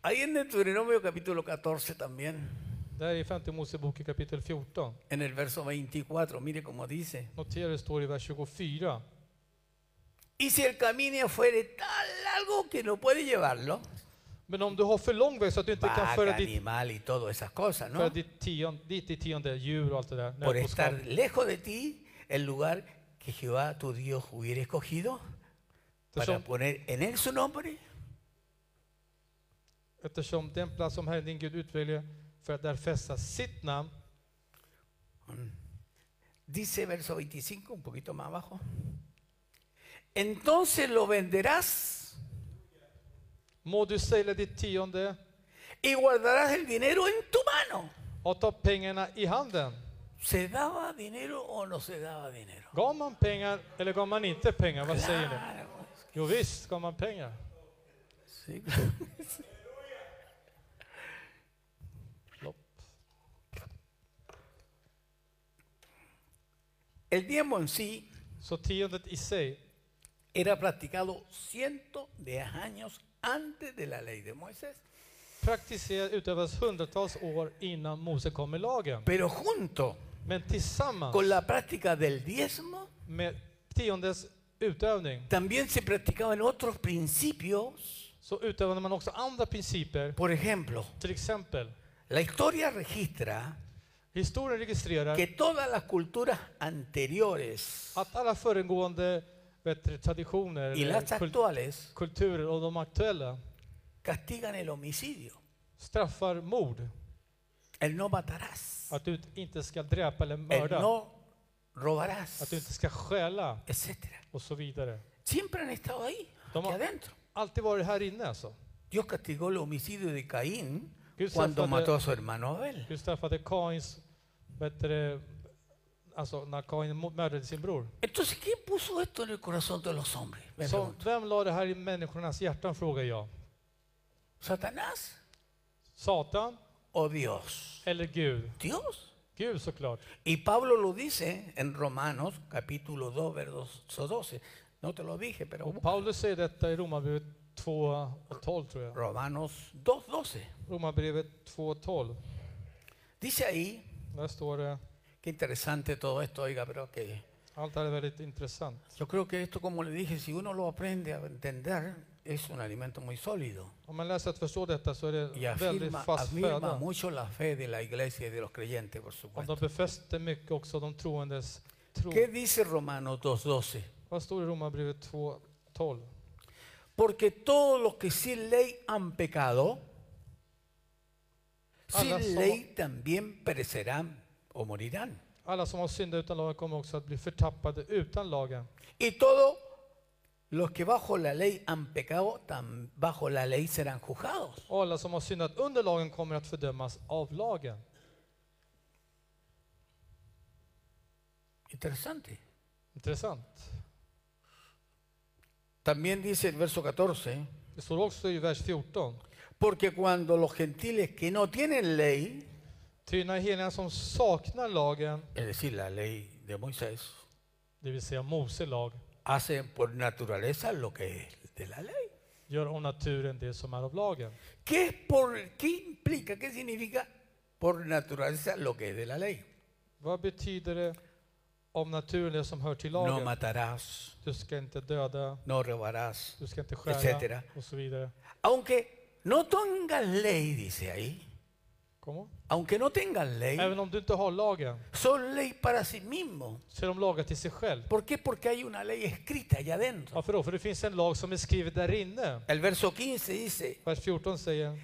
A: Ahí en Deuteronomio capítulo 14 también,
B: Det här är i femte Mosebok i kapitel 14.
A: en el verso 24, mire cómo dice.
B: Notera det står i vers 24.
A: Y si el camino fuere tan largo que no puede llevarlo,
B: Men om du har för lång väg så att du inte kan föra
A: vaca,
B: ditt,
A: animal y todas esas cosas,
B: föra
A: ¿no?
B: ditt tion, dit ditt tionde djur och allt det där.
A: por
B: nötboskap.
A: estar lejos de ti el lugar que Jehová tu Dios hubiera escogido para
B: Eftersom,
A: poner en él su nombre,
B: eftersom den plats som Herren din Gud utväljer för att där fästa sitt namn.
A: dice verso 25, un poquito más abajo. Entonces lo venderás
B: Må du sälja ditt tionde
A: y guardarás el dinero en tu mano.
B: och ta pengarna i handen.
A: ¿Se daba dinero o no se daba dinero?
B: Gav man pengar eller gav man inte pengar? Vad säger ni?
A: Claro,
B: Jo visst gav man pengar.
A: sí.
B: Lopp.
A: El diezmo en sí
B: Så tiondet i sig
A: era practicado cientos de años antes de la ley de Moisés.
B: praktiserades utövades hundratals år innan Mose kom med lagen.
A: Pero junto
B: Men tillsammans
A: con la práctica del diezmo,
B: med tiondes utövning
A: también se practicaban otros principios
B: så utövade man också andra principer.
A: Por ejemplo,
B: Till exempel,
A: la historia registra
B: historien registrerar
A: que todas las culturas anteriores
B: att alla föregående vet, du, traditioner,
A: y
B: eller
A: las
B: kul-
A: actuales
B: kulturer och de aktuella
A: castigan el homicidio.
B: straffar mord.
A: El no matarás,
B: Att du inte ska dräpa eller
A: el
B: mörda.
A: no robarás,
B: Att du inte ska stjäla
A: etcétera.
B: och så vidare.
A: Siempre han estado ahí,
B: Toma.
A: aquí adentro.
B: Alltid varit här inne alltså.
A: Dios castigó el homicidio de Caín
B: Qué zafate-
A: cuando mató a su hermano Abel.
B: Gud straffade Kains, bättre, alltså när Kain mo- mördade sin bror.
A: Entonces, ¿quién puso esto en el corazón de los hombres? Me
B: Så
A: pregunto.
B: vem la det här i människornas hjärtan frågar jag.
A: ¿Satanás
B: Satan
A: o Dios?
B: eller Gud?
A: Dios.
B: Gud såklart.
A: Y Pablo lo dice en Romanos capítulo 2, verso 12. No te lo dije, pero
B: Och Paulus säger detta i Romarbrevet 2 och 12 tror jag.
A: Romanos 2, 12.
B: Romarbrevet 2 och 12.
A: Dice ahí,
B: Där står det,
A: qué interesante todo esto, oiga, pero que
B: allt det här är väldigt intressant.
A: yo creo que esto, como le dije, si uno lo aprende a entender, es un alimento muy sólido.
B: Om man läser att förstå detta så är det
A: Y
B: väldigt
A: afirma,
B: fast
A: afirma
B: föda.
A: mucho la fe de la iglesia y de los creyentes, por
B: Om de
A: supuesto.
B: befäster mycket också de troendes tro.
A: ¿Qué dice Romanos 2.12?
B: Vad står det i Romarbrevet 2 12?
A: Porque todos los que sin ley han pecado,
B: Ahora
A: sin
B: somos-
A: ley también perecerán o morirán.
B: Alla som har syndat utan lagen kommer också att bli förtappade utan lagen.
A: Y todos los que bajo la ley han pecado, tam- bajo la ley serán juzgados.
B: Och alla som har syndat under lagen kommer att fördömas av lagen.
A: Interesante.
B: Intressant.
A: También dice el verso 14,
B: Det står också i vers 14.
A: porque cuando los gentiles que no tienen ley,
B: Ty när heliga som saknar lagen,
A: es decir, la ley de Moisés,
B: det vill säga Mose lag,
A: hacen por naturaleza lo que es de la ley.
B: gör om naturen det som är av lagen.
A: ¿Qué, es por, ¿Qué implica, qué significa por naturaleza lo que es de la ley?
B: Vad betyder det om naturen det som hör till
A: No
B: lagen?
A: matarás,
B: Du ska inte döda,
A: no robarás.
B: du ska inte
A: Etcetera.
B: stjäla och så vidare.
A: Aunque no tengas ley, dice ahí,
B: Kommer.
A: aunque no tengas ley,
B: Även om du inte har lagen
A: son ley para sí mismo.
B: så är de lagar till sig själv.
A: ¿Por qué? Porque hay una ley escrita allá adentro.
B: Varför då? För det finns en lag som är skriven där inne.
A: El verso 15 dice,
B: Vers 14 säger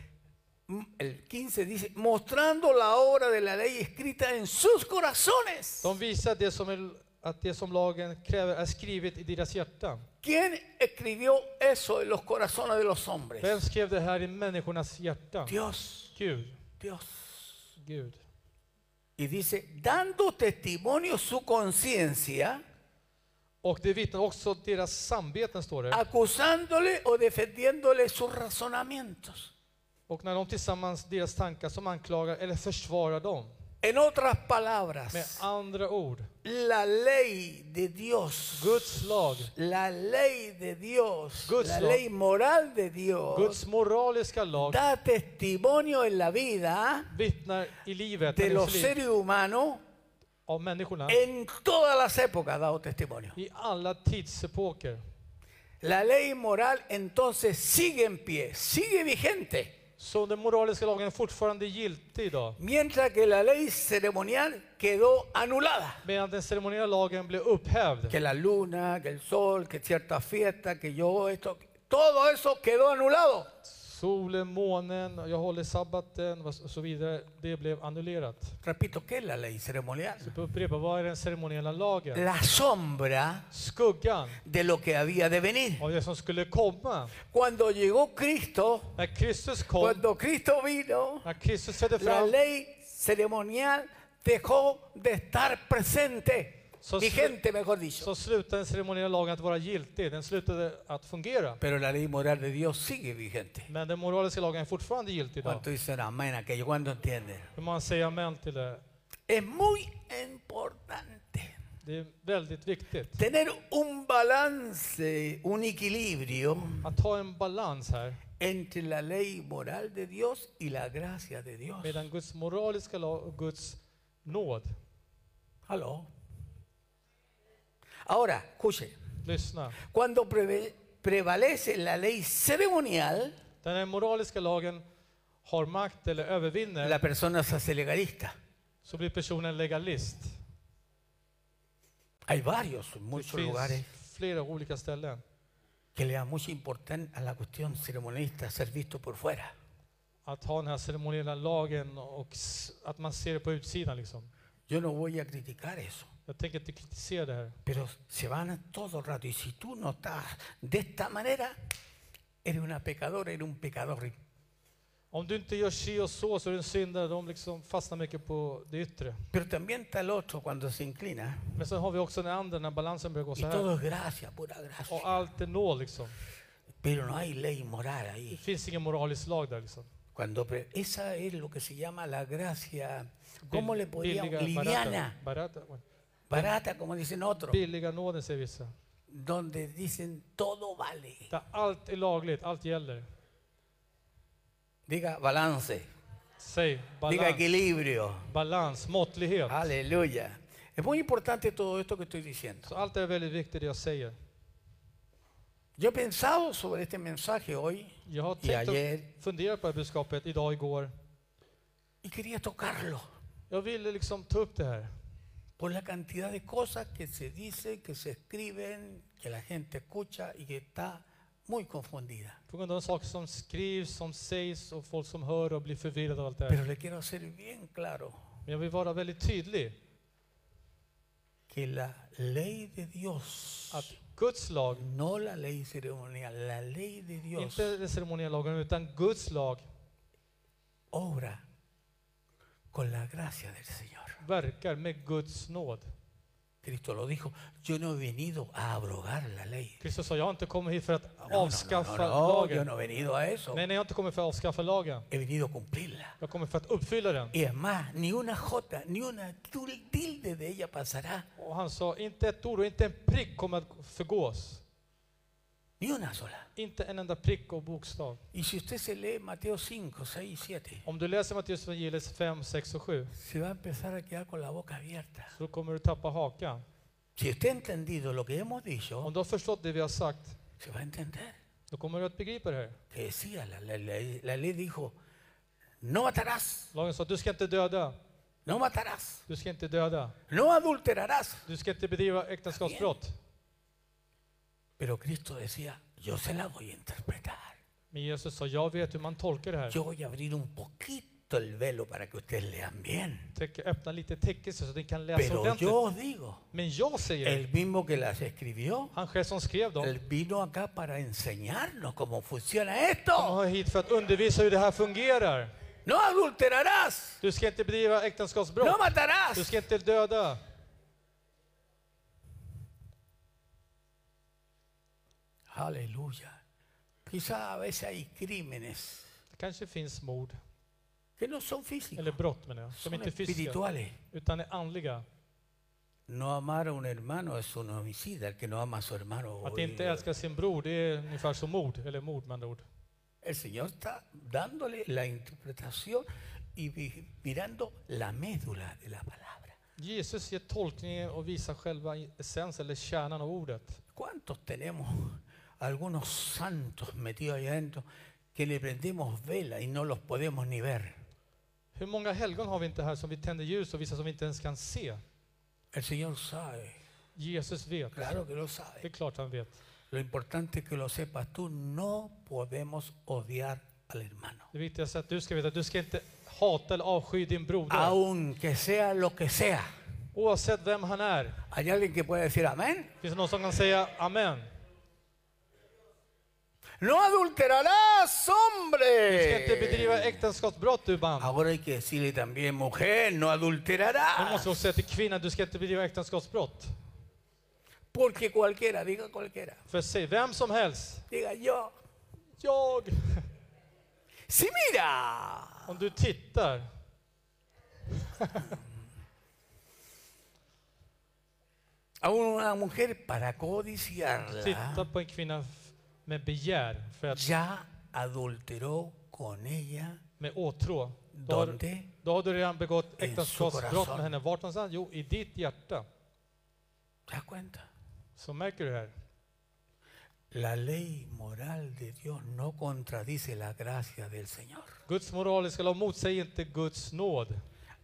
A: mm, el 15 dice, mostrando la obra de la ley escrita en sus corazones.
B: De visar det som är, att det som lagen kräver är skrivet i deras hjärtan.
A: ¿Quién escribió eso en los corazones de los
B: Vem
A: hombres?
B: skrev det här i människornas hjärtan?
A: Dios,
B: Gud.
A: Dios.
B: Gud.
A: Y dice, dando testimonio su conciencia,
B: Och det vittnar också deras samveten, står det.
A: acusándole o defendiéndole sus razonamientos.
B: Och när de tillsammans deras tankar som anklagar eller försvarar dem.
A: En otras
B: Med
A: palabras,
B: andra ord,
A: la ley de Dios,
B: Guds lag,
A: la ley de Dios,
B: Good
A: la
B: law.
A: ley moral de Dios,
B: Guds moraliska lag
A: da testimonio en la vida
B: vittnar i livet,
A: de los
B: människors liv,
A: seres humanos
B: av människorna
A: en todas las épocas, ha dado testimonio.
B: i alla tidsepoker.
A: La ley moral entonces sigue en pie, sigue vigente.
B: Så den moraliska lagen är fortfarande giltig idag.
A: mientras que la ley ceremonial quedó anulada.
B: Medan den ceremoniella lagen blev upphävd.
A: Que la luna, que el sol, que ciertas fiestas, que yo esto, todo eso quedó anulado.
B: Solen, månen, jag håller sabbaten och så vidare. Det blev annullerat.
A: Repito, ¿qué es la ley ceremonial?
B: Jag upprepar, vad är den ceremoniella lagen?
A: La sombra
B: Skuggan
A: de lo que había de venir.
B: av det som skulle komma.
A: Cuando llegó Cristo,
B: När Kristus kom,
A: cuando Cristo vino,
B: när Kristus trädde
A: la
B: fram,
A: ley ceremonial dejó de estar presente,
B: So-
A: vigente mejor dicho.
B: så slutade den ceremoniella lagen att vara giltig. Den slutade att fungera.
A: Pero la ley moral de Dios sigue vigente.
B: Men den moraliska lagen är fortfarande giltig idag.
A: ¿Cuánto dicen amén aquello? ¿Cuánto entienden?
B: Hur man säger amen till det?
A: Es muy importante
B: Det är väldigt viktigt.
A: tener un balance, un equilibrio
B: Att ha en balans här
A: entre la ley moral de Dios y la gracia de Dios.
B: mellan Guds moraliska lag och Guds nåd.
A: Aló. Ahora, escuche,
B: Lyssna.
A: cuando preve- prevalece la ley ceremonial,
B: När den moraliska lagen har makt eller övervinner
A: la persona se hace legalista.
B: så blir personen legalist.
A: Hay varios,
B: Det
A: muchos lugares,
B: finns flera olika ställen.
A: que le da mucha importancia a la cuestión ceremonialista, ser visto por fuera.
B: Att ha den här ceremoniella lagen och s- att man ser det på utsidan. Liksom.
A: Yo no voy a criticar eso,
B: Jag tänker inte kritisera det här.
A: pero se van todo el rato. Y si tú no estás de esta manera, eres una pecadora, eres un pecador.
B: Om du inte gör si och så så är du en syndare. De liksom fastnar mycket på det yttre.
A: Pero también está el otro cuando se inclina.
B: Men sen har vi också den andra när balansen börjar gå
A: Y
B: så här.
A: todo es gracia, pura gracia.
B: Och allt är nåd liksom.
A: Pero no hay ley moral
B: Det
A: ahí.
B: finns ingen moralisk lag där liksom.
A: Cuando pre- esa es lo que se llama la gracia, ¿cómo le podíamos?
B: Billiga, barata,
A: Liviana,
B: barata,
A: barata, como dicen otros,
B: billiga nåden säger vissa.
A: donde dicen todo vale.
B: Där allt är lagligt, allt gäller.
A: Diga balance,
B: Säg
A: diga
B: balans,
A: equilibrio.
B: balans måttlighet.
A: Aleluya. Es muy importante todo esto que estoy diciendo.
B: Så allt är väldigt viktigt det jag säger.
A: Yo he pensado sobre este mensaje hoy
B: Jag har
A: y
B: tänkt och
A: ayer
B: funderat på det här budskapet idag, igår.
A: y quería tocarlo
B: Jag ville liksom ta upp det här.
A: por la cantidad de cosas que se dicen, que se escriben, que la gente escucha y que está muy confundida.
B: På grund av de saker som skrivs, som sägs och folk som hör och blir förvirrade av allt det här.
A: Pero le quiero hacer bien claro
B: Men jag vill vara väldigt tydlig
A: que la ley de Dios,
B: att Guds lag,
A: no la ley ceremonial, la ley de Dios
B: inte den ceremoniella lagen, utan Guds lag
A: obra con la gracia del Señor.
B: verkar med Guds nåd.
A: Cristo lo dijo, yo no he venido a abrogar la ley.
B: Kristus sa, jag har inte kommit hit för att
A: No, no, no,
B: avskaffa
A: no, no, yo
B: lagen.
A: no he venido a eso.
B: Nej, nej, jag har inte kommit för att avskaffa lagen.
A: He venido a cumplirla.
B: Jag kommer för att uppfylla den.
A: Y además, ni una jota, ni una tul- tilde de ella pasará,
B: Och han sa, inte ett ord och inte en prick kommer att förgås.
A: ni una sola.
B: Inte en enda prick och bokstav.
A: Y si usted se lee Mateo 5, 6 7,
B: Om du läser Matteus evangeliet 5, 6 och 7
A: se va a empezar a quedar con la boca abierta.
B: så kommer du tappa hakan.
A: Si usted ha entendido lo que hemos
B: Om
A: dicho,
B: du har förstått det vi har sagt,
A: se va a entender.
B: då kommer du att begripa det här.
A: Que decía, la, la- la- la ley dijo, no matarás,
B: Lagen sa, du ska inte döda,
A: no matarás,
B: du ska inte döda,
A: no adulterarás.
B: du ska inte bedriva äktenskapsbrott.
A: Pero Cristo decía, yo se la voy a interpretar.
B: Men Jesus sa, jag vet hur man tolkar det här.
A: Yo voy a abrir un poquito el velo para que ustedes lean bien.
B: Täck- Öppna lite täckelse så att ni kan läsa
A: Pero
B: ordentligt.
A: yo os digo,
B: Men jag säger,
A: el mismo que las escribió,
B: han själv som skrev dem,
A: él vino acá para enseñarnos cómo funciona
B: han
A: esto.
B: har hit för att undervisa hur det här fungerar.
A: No adulterarás,
B: Du ska inte bedriva äktenskapsbrott,
A: no matarás.
B: du ska inte döda.
A: Aleluya. Quizá a veces hay crímenes
B: Det kanske finns mord,
A: que no son físicos,
B: eller brott menar jag, som
A: son
B: inte är fysiska,
A: espirituales.
B: utan är andliga.
A: No amar a un hermano es un homicida, el que no ama a su hermano.
B: Att inte älska sin bror, det är ungefär som mord, eller mord med andra ord.
A: El Señor está dándole la interpretación y vi- mirando la médula de la palabra.
B: Jesus ger tolkningen och visar själva essens eller kärnan av ordet.
A: ¿Cuántos tenemos algunos santos metidos allá adentro que le prendemos vela y no los podemos ni ver?
B: Hur många helgon har vi inte här som vi tänder ljus och vissa som vi inte ens kan se?
A: El Señor sabe,
B: Jesus vet.
A: claro que lo
B: Det är
A: sabe.
B: klart han vet.
A: Lo importante es que lo sepas tú, no podemos odiar al hermano.
B: Det viktigaste är att du ska veta att du ska inte hata eller avsky din broder.
A: Aunque sea lo que sea.
B: Oavsett vem han är.
A: ¿Hay alguien que pueda decir amén?
B: Finns det någon som kan säga amen?
A: No adulterarás,
B: Du ska inte
A: hombre.
B: bedriva äktenskapsbrott du man.
A: Ahora hay que decirle también, mujer, no
B: Man
A: adulterarás.
B: måste också säga till kvinnan, du ska inte bedriva äktenskapsbrott.
A: Porque cualquiera, diga cualquiera,
B: För säg vem som helst.
A: diga yo.
B: Jag!
A: Si mira,
B: Om du tittar.
A: a una mujer para
B: Titta
A: codiciarla,
B: på en kvinna f- med begär, för att,
A: ya adulteró con ella
B: med åtrå. Då har,
A: donde
B: då har du redan begått
A: så
B: äktenskapsbrott
A: corazón.
B: med henne. Vart någonstans? Jo, i ditt hjärta.
A: ¿Te das cuenta?
B: Så märker du här.
A: La ley moral de Dios no contradice la gracia del Señor.
B: Guds moraliska lag motsäger inte Guds nåd.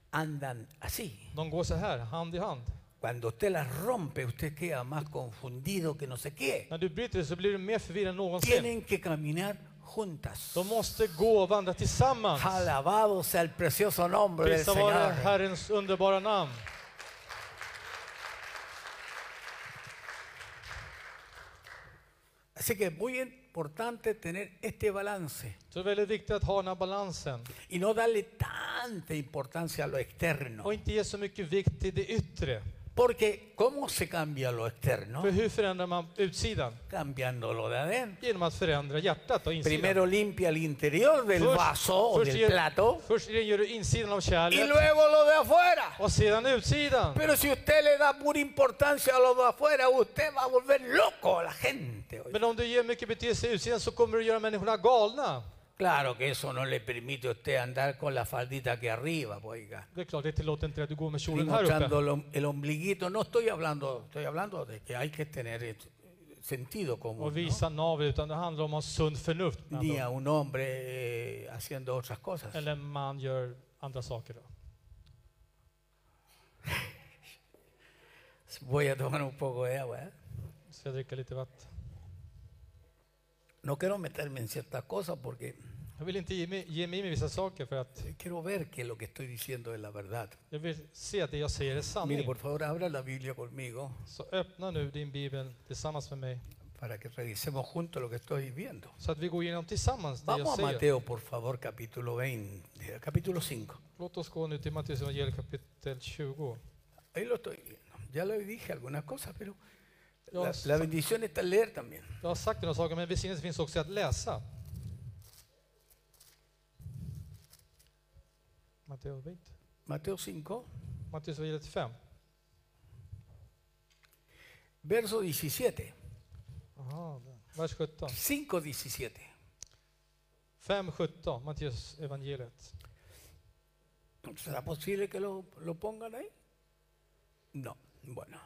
A: Andan así.
B: De går så här, hand i hand.
A: Cuando usted las rompe, usted queda más confundido que no sé qué.
B: När du bryter det så blir du mer förvirrad än någonsin.
A: Tienen que caminar juntas.
B: De måste gå och vandra tillsammans.
A: Alabado sea el precioso nombre del
B: Prisa vare
A: Señor.
B: Herrens underbara namn.
A: Así que es muy importante tener este balance
B: Så det är väldigt viktigt att ha den här balansen
A: y no darle tanta importancia a lo externo.
B: och inte ge så mycket vikt till det yttre.
A: Porque ¿cómo se cambia lo externo?
B: För hur förändrar man utsidan?
A: Cambiando lo de adentro.
B: Genom att förändra hjärtat och insidan.
A: Primero limpia el interior del
B: Pues,
A: vaso o del plato
B: gör, först gör du insidan av
A: y
B: kärlet
A: luego lo de afuera.
B: och sedan utsidan.
A: Pero si usted le da pura importancia a lo de afuera, usted va a volver loco a la gente. oye.
B: Men om du ger mycket betydelse i utsidan så kommer du göra människorna galna.
A: Claro que eso no le permite a usted andar con la faldita que arriba, pues, oiga.
B: Det är klart, det tillåter inte att du går med
A: Y
B: kjolen här uppe.
A: mostrando el om- el ombliguito. No estoy hablando, estoy hablando de que hay que tener eh, sentido
B: Och
A: común.
B: visa navel, utan det handlar om att ha sunt förnuft. med
A: ¿no?
B: andra
A: Ni
B: ord.
A: a un hombre eh, haciendo otras cosas.
B: Eller man gör andra saker. Då.
A: Voy a tomar un poco de agua. ¿eh?
B: Så jag dricker lite vatten.
A: No quiero meterme en ciertas cosas porque eh,
B: Jag vill inte ge mig, ge mig in i vissa saker för att
A: quiero ver que lo que estoy diciendo es la verdad.
B: jag vill se att det jag säger är
A: Mire,
B: sanning.
A: por favor, abra la Biblia conmigo
B: Så öppna nu din bibel tillsammans med mig.
A: para que revisemos juntos lo que estoy viendo.
B: Så att vi går igenom tillsammans det jag
A: Vamos a
B: säger.
A: Mateo, por favor, capítulo 20, capítulo 5.
B: Låt oss gå nu till Matteus evangelium kapitel 20.
A: Ahí lo estoy viendo. Ya le dije algunas cosas, pero
B: Jag
A: la,
B: har,
A: la bendición está en leer también.
B: jag har sagt några saker, men välsignelsen finns också i att läsa. Matteus bit.
A: Mateo 5,
B: Matteus evangeliet 5.
A: verso 17.
B: Aha, där. vers 17.
A: 5, 17.
B: 5, 17. Matteus evangeliet.
A: ¿Será posible que lo, lo pongan ahí? No, bueno.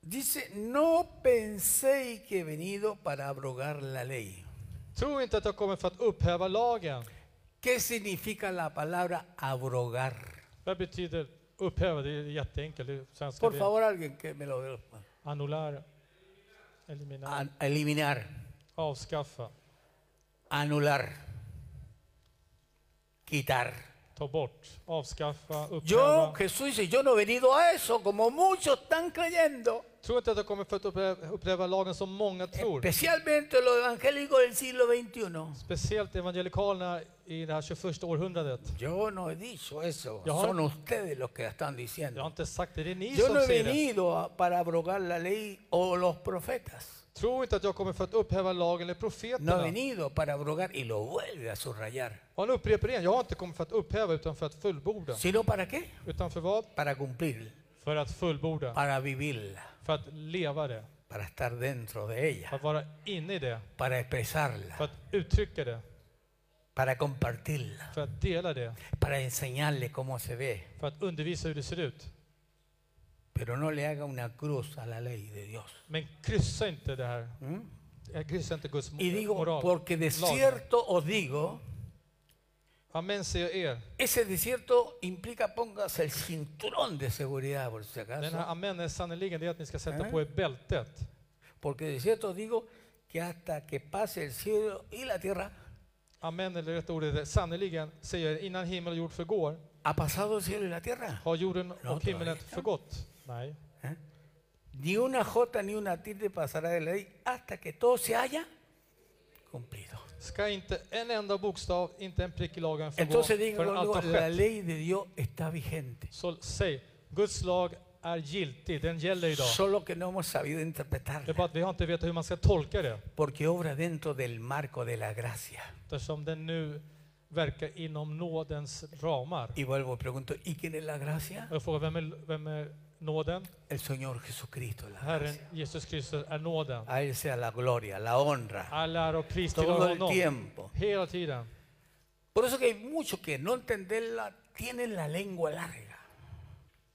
A: Dice, no penséis que he venido para abrogar la ley.
B: Tro inte att jag kommer för att upphäva lagen.
A: ¿Qué significa la palabra abrogar?
B: Vad betyder upphäva? Det är jätteenkelt. Det är svenska.
A: Por
B: det är
A: favor, alguien que me lo dé.
B: Annullera. Eliminera.
A: An- eliminar,
B: Avskaffa.
A: anular, quitar.
B: Ta bort. Avskaffa.
A: Yo,
B: Upphäva.
A: Jesús dice, yo no he venido a eso, como muchos están creyendo.
B: Tror inte att jag kommer för att upphäva, upphäva lagen som många tror.
A: Especialmente los evangélicos del siglo XXI.
B: Speciellt evangelikalerna i det här 21 århundradet.
A: Yo no he dicho eso.
B: Yo-
A: Son ustedes los que la están
B: Jag har
A: diciendo.
B: inte sagt det, det är ni
A: Yo
B: som
A: no he
B: säger det.
A: venido a- para abrogar la ley o los profetas.
B: Tro inte att jag kommer för att upphäva lagen eller
A: No he
B: profeterna.
A: venido para abrogar y lo vuelve a subrayar.
B: Och han upprepar igen, jag har inte kommit för att upphäva utan för att fullborda.
A: ¿Sino para qué?
B: Utan för vad?
A: Para cumplir,
B: För att fullborda.
A: para vivirla,
B: För att leva det.
A: para estar dentro de
B: För
A: ella,
B: att vara inne i det.
A: para
B: För
A: expresarla,
B: att uttrycka det.
A: para compartirla,
B: För att dela det.
A: para enseñarle cómo se ve.
B: För att undervisa hur det ser ut.
A: Pero no le haga una cruz a la ley de Dios.
B: Men kryssa inte det här.
A: ¿Mm?
B: Jag kryssar inte Guds
A: Y digo,
B: moral.
A: porque de
B: lagen.
A: cierto os digo,
B: Amen säger jag er.
A: Ese desierto implica pongas el cinturón de seguridad, por si
B: Den här
A: acaso.
B: amen är sannerligen det är att ni ska sätta
A: Mm.
B: på er bältet.
A: Porque desierto digo que hasta que pase el cielo y la tierra,
B: Amen, eller rätt ordet är sannerligen, säger jag er, innan himmel och jord förgår,
A: ha pasado el cielo y la tierra.
B: har jorden
A: Ja,
B: och
A: det var
B: himmelen
A: det.
B: förgått. Nej.
A: Ni una jota ni una tilde pasará de la ley hasta que todo se haya cumplido.
B: Ska inte en enda bokstav, inte en prick i lagen förgå
A: Entonces digo,
B: förrän allt
A: digo,
B: har
A: la
B: skett.
A: ley de Dios está vigente.
B: Så säg, Guds lag är giltig, den gäller idag.
A: Solo que no hemos sabido
B: Det är bara
A: interpretarla.
B: att vi har inte vetat hur man ska tolka det,
A: Porque obra dentro del marco de la gracia.
B: eftersom den nu verkar inom nådens ramar.
A: Y vuelvo y pregunto, ¿y quién es la gracia?
B: Och jag frågar, vem är, vem är nåden?
A: El Señor Jesucristo. La
B: Herren
A: gracia.
B: Jesus Kristus är nåden.
A: A Él sea la gloria, la honra,
B: All ära och pris tillhör
A: todo el
B: honom.
A: tiempo.
B: Hela tiden.
A: Por eso que hay muchos que no entenderla tienen la lengua larga.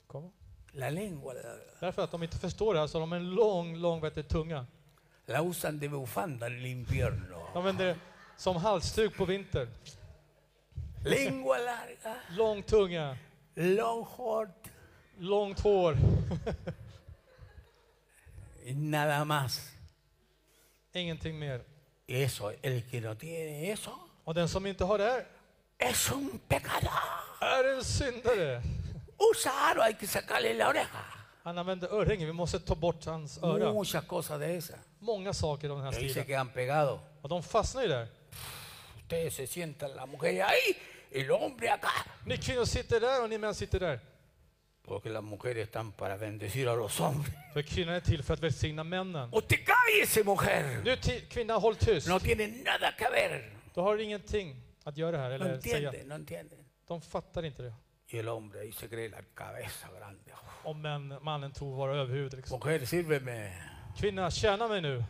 B: Kom.
A: La lengua larga.
B: Därför att de inte förstår det här så har de en lång, lång vad heter det, tunga.
A: La usan de bufanda en el invierno.
B: De använder det som halsduk på vintern.
A: Lengua larga,
B: Lång tunga,
A: long short,
B: långt hår.
A: y nada más.
B: Ingenting mer.
A: Eso, el que no tiene eso,
B: Och den som inte har det här
A: es un pecador.
B: är en syndare.
A: Usa aro, hay que sacarle la oreja.
B: Han använder örhängen. Vi måste ta bort hans öra.
A: Muchas cosas de esas.
B: Många saker av den här
A: Y ahí se
B: stilen.
A: quedan pegados.
B: Och de fastnar ju där.
A: Ustedes se sientan la mujer ahí, el hombre acá.
B: Ni kvinnor sitter där och ni män sitter där.
A: Porque las mujeres están para bendecir a los hombres.
B: För kvinnan är till för att välsigna männen.
A: Usted cállese, mujer.
B: Nu ti- kvinna, håll tyst.
A: No tiene nada que ver.
B: Då har du ingenting att göra här.
A: No
B: Eller säga.
A: entiende, no entiende.
B: De fattar inte det.
A: Y el hombre ahí se cree la cabeza grande.
B: Om män, mannen tror vara överhuvud. Liksom.
A: Mujer, sírveme.
B: Kvinna, tjäna mig nu.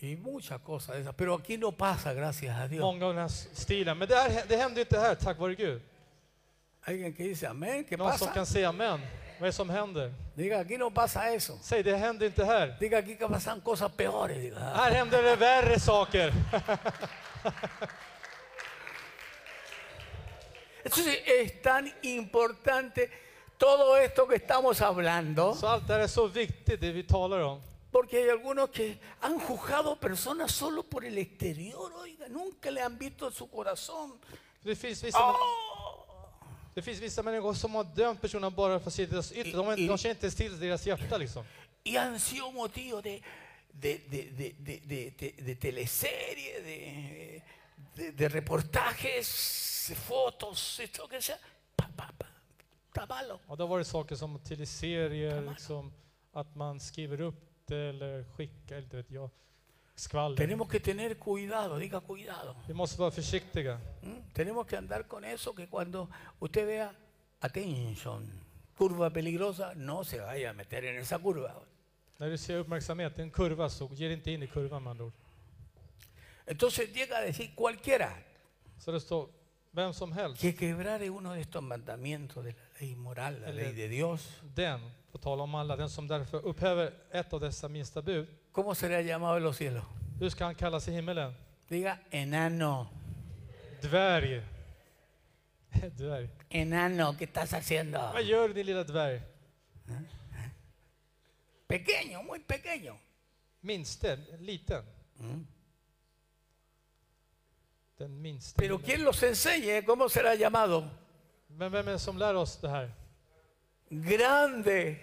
A: Y muchas cosas de esas. Pero aquí no pasa, gracias a Dios.
B: Många av den här stilen. Men det, här, det händer inte här, tack vare Gud.
A: Alguien que dice amén, ¿qué
B: Någon som
A: pasa?
B: kan säga men. Vad är det som händer?
A: Diga, aquí no pasa eso.
B: Säg, det händer inte här.
A: Diga, aquí que pasan cosas peores. Diga.
B: Här händer det värre saker.
A: Entonces es tan importante todo esto que estamos hablando,
B: Så allt det här är så viktigt, det vi talar om.
A: porque hay algunos que han juzgado personas solo por el exterior, oiga, nunca le han visto su corazón.
B: För det, finns vissa,
A: ¡Oh!
B: det finns vissa människor som har dömt personer bara för att se deras yttre. De, har inte- de känner inte ens till deras hjärta liksom.
A: Y han sido motivo de, de, de, de, de, de- de- de teleserie, de, de- de reportajes, de fotos, esto que sea. Pa, pa, pa. Está malo.
B: Och det har varit saker som till i serier, liksom, att man skriver upp det eller skickar, eller inte vet jag, skvaller.
A: Tenemos que tener cuidado, diga cuidado.
B: Vi måste vara försiktiga.
A: ¿Mm? Tenemos que andar con eso que cuando usted vea atención, curva peligrosa, no se vaya a meter en esa curva.
B: När du ser uppmärksamhet, en kurva, så ge dig inte in i kurvan med andra ord.
A: Entonces llega a decir cualquiera
B: Så det står vem som helst,
A: que quebrare uno de estos mandamientos de la ley moral, la
B: El
A: ley
B: de-
A: de Dios.
B: den, på tal om alla, den som därför upphäver ett av dessa minsta bud,
A: ¿Cómo será llamado en los cielos?
B: hur ska han kallas i himmelen?
A: Diga enano,
B: Dvärg. dvärg.
A: enano, ¿qué estás haciendo?
B: Vad gör du din lilla dvärg?
A: Pequeño, muy pequeño.
B: Minste, liten. Den minste.
A: Pero quien los enseñe, ¿cómo será llamado?
B: Men vem är det som lär oss det här?
A: Grande.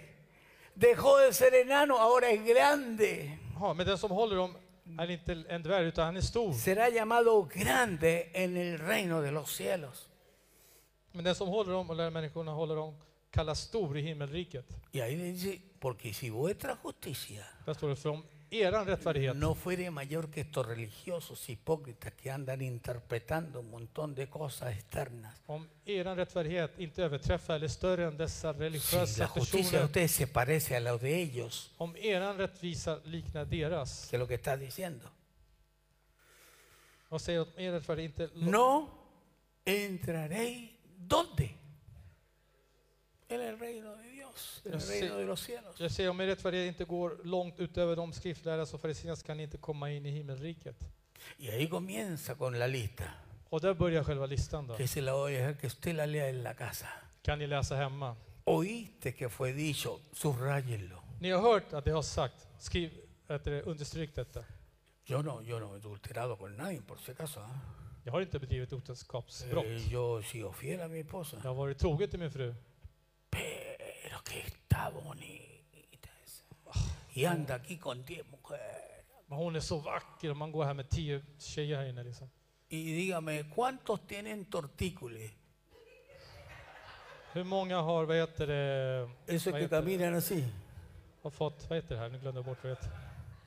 A: Dejó de ser enano, ahora es grande.
B: Ja, men den som håller dem är inte en dvärg utan han är stor.
A: será llamado grande en el reino de los cielos.
B: Men den som håller dem och lär människorna hålla dem kallas stor i himmelriket.
A: Y ahí dice, porque si vuestra justicia
B: Där står det för om eran rättfärdighet
A: no fuere mayor que estos religiosos hipócritas que andan interpretando un montón de cosas externas.
B: om eran rättfärdighet inte överträffar eller är större än dessa
A: Si
B: religiösa
A: la justicia de
B: personer,
A: ustedes se parece a la de ellos,
B: om eran rättvisa liknar deras,
A: que es lo que está diciendo.
B: och säger att er rättfärdighet inte lo-
A: No entraréis dónde? En el reino de Dios, en el
B: Sí.
A: reino de los cielos.
B: jag säger om er rättfärdighet inte går långt utöver de skriftlärda och fariséerna ska ni inte komma in i himmelriket.
A: Y ahí comienza con la lista,
B: Och där börjar själva listan då.
A: que se la voy a dejar que usted la lea en la casa.
B: Kan ni läsa hemma.
A: Oíste que fue dicho, subrayenlo.
B: Ni har hört att det har sagt, skriv, att det understryk detta.
A: Yo no, yo no he adulterado con nadie, por si acaso. ¿ah?
B: Jag har inte bedrivit otroskapsbrott.
A: Eh, yo he sido fiel a mi esposa.
B: Jag har varit trogen till min fru.
A: Pero que está bonita esa. Y anda aquí con 10 mujeres.
B: Men hon är så vacker och man går här med tio tjejer här inne. Liksom.
A: Y dígame, ¿cuántos tienen tortícolis?
B: Hur många har, vad heter det,
A: Eso
B: vad
A: que
B: heter, det?
A: caminan así.
B: har fått, vad heter det här, nu glömde jag bort vad det heter.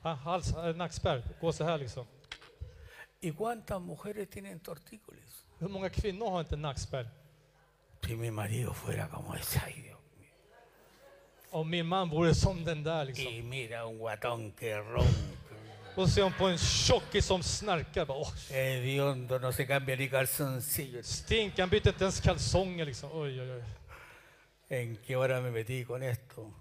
B: Ah, hals, eh, nackspärr, gå så här liksom.
A: ¿Y cuántas mujeres tienen tortícolis?
B: Hur många kvinnor har inte nackspärr?
A: Si mi marido fuera como ese, ay Dios mío.
B: Om min man vore som den där liksom.
A: Y mira un guatón que ronca.
B: Och ser hon på en tjockis som snarkar. Bara, åh,
A: Hediondo, no se cambia ni calzoncillo.
B: stink, han byter inte ens kalsonger liksom. Oj, oj, oj.
A: ¿En qué hora me metí con esto?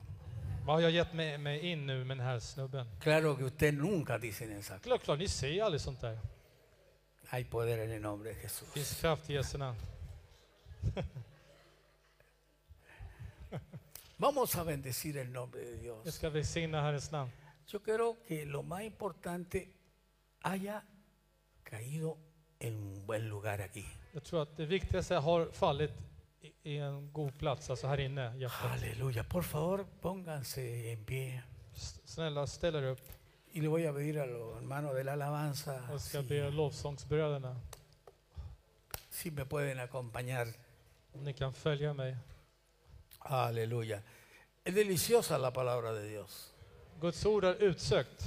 B: Vad har jag gett mig, mig in nu med den här snubben?
A: Claro que usted nunca dicen esa.
B: Klart, klart, ni ser aldrig sånt där.
A: Hay poder en el nombre de Jesús.
B: Det finns kraft i Jesu namn.
A: Vamos a bendecir el nombre de
B: Jag
A: Dios.
B: ska välsigna Herrens namn.
A: Yo creo que lo más importante haya caído en un buen lugar aquí.
B: Jag tror att det viktigaste har fallit i- i en god plats, alltså här inne. i hjärtat.
A: Aleluya. Por favor, pónganse en pie.
B: S- Snälla, ställ er upp.
A: Y le voy a pedir a los hermanos de la alabanza
B: Jag ska
A: si,
B: be lovsångsbröderna
A: si me pueden acompañar.
B: om ni kan följa mig.
A: Aleluya. Es deliciosa la palabra de Dios.
B: Guds ord är utsökt.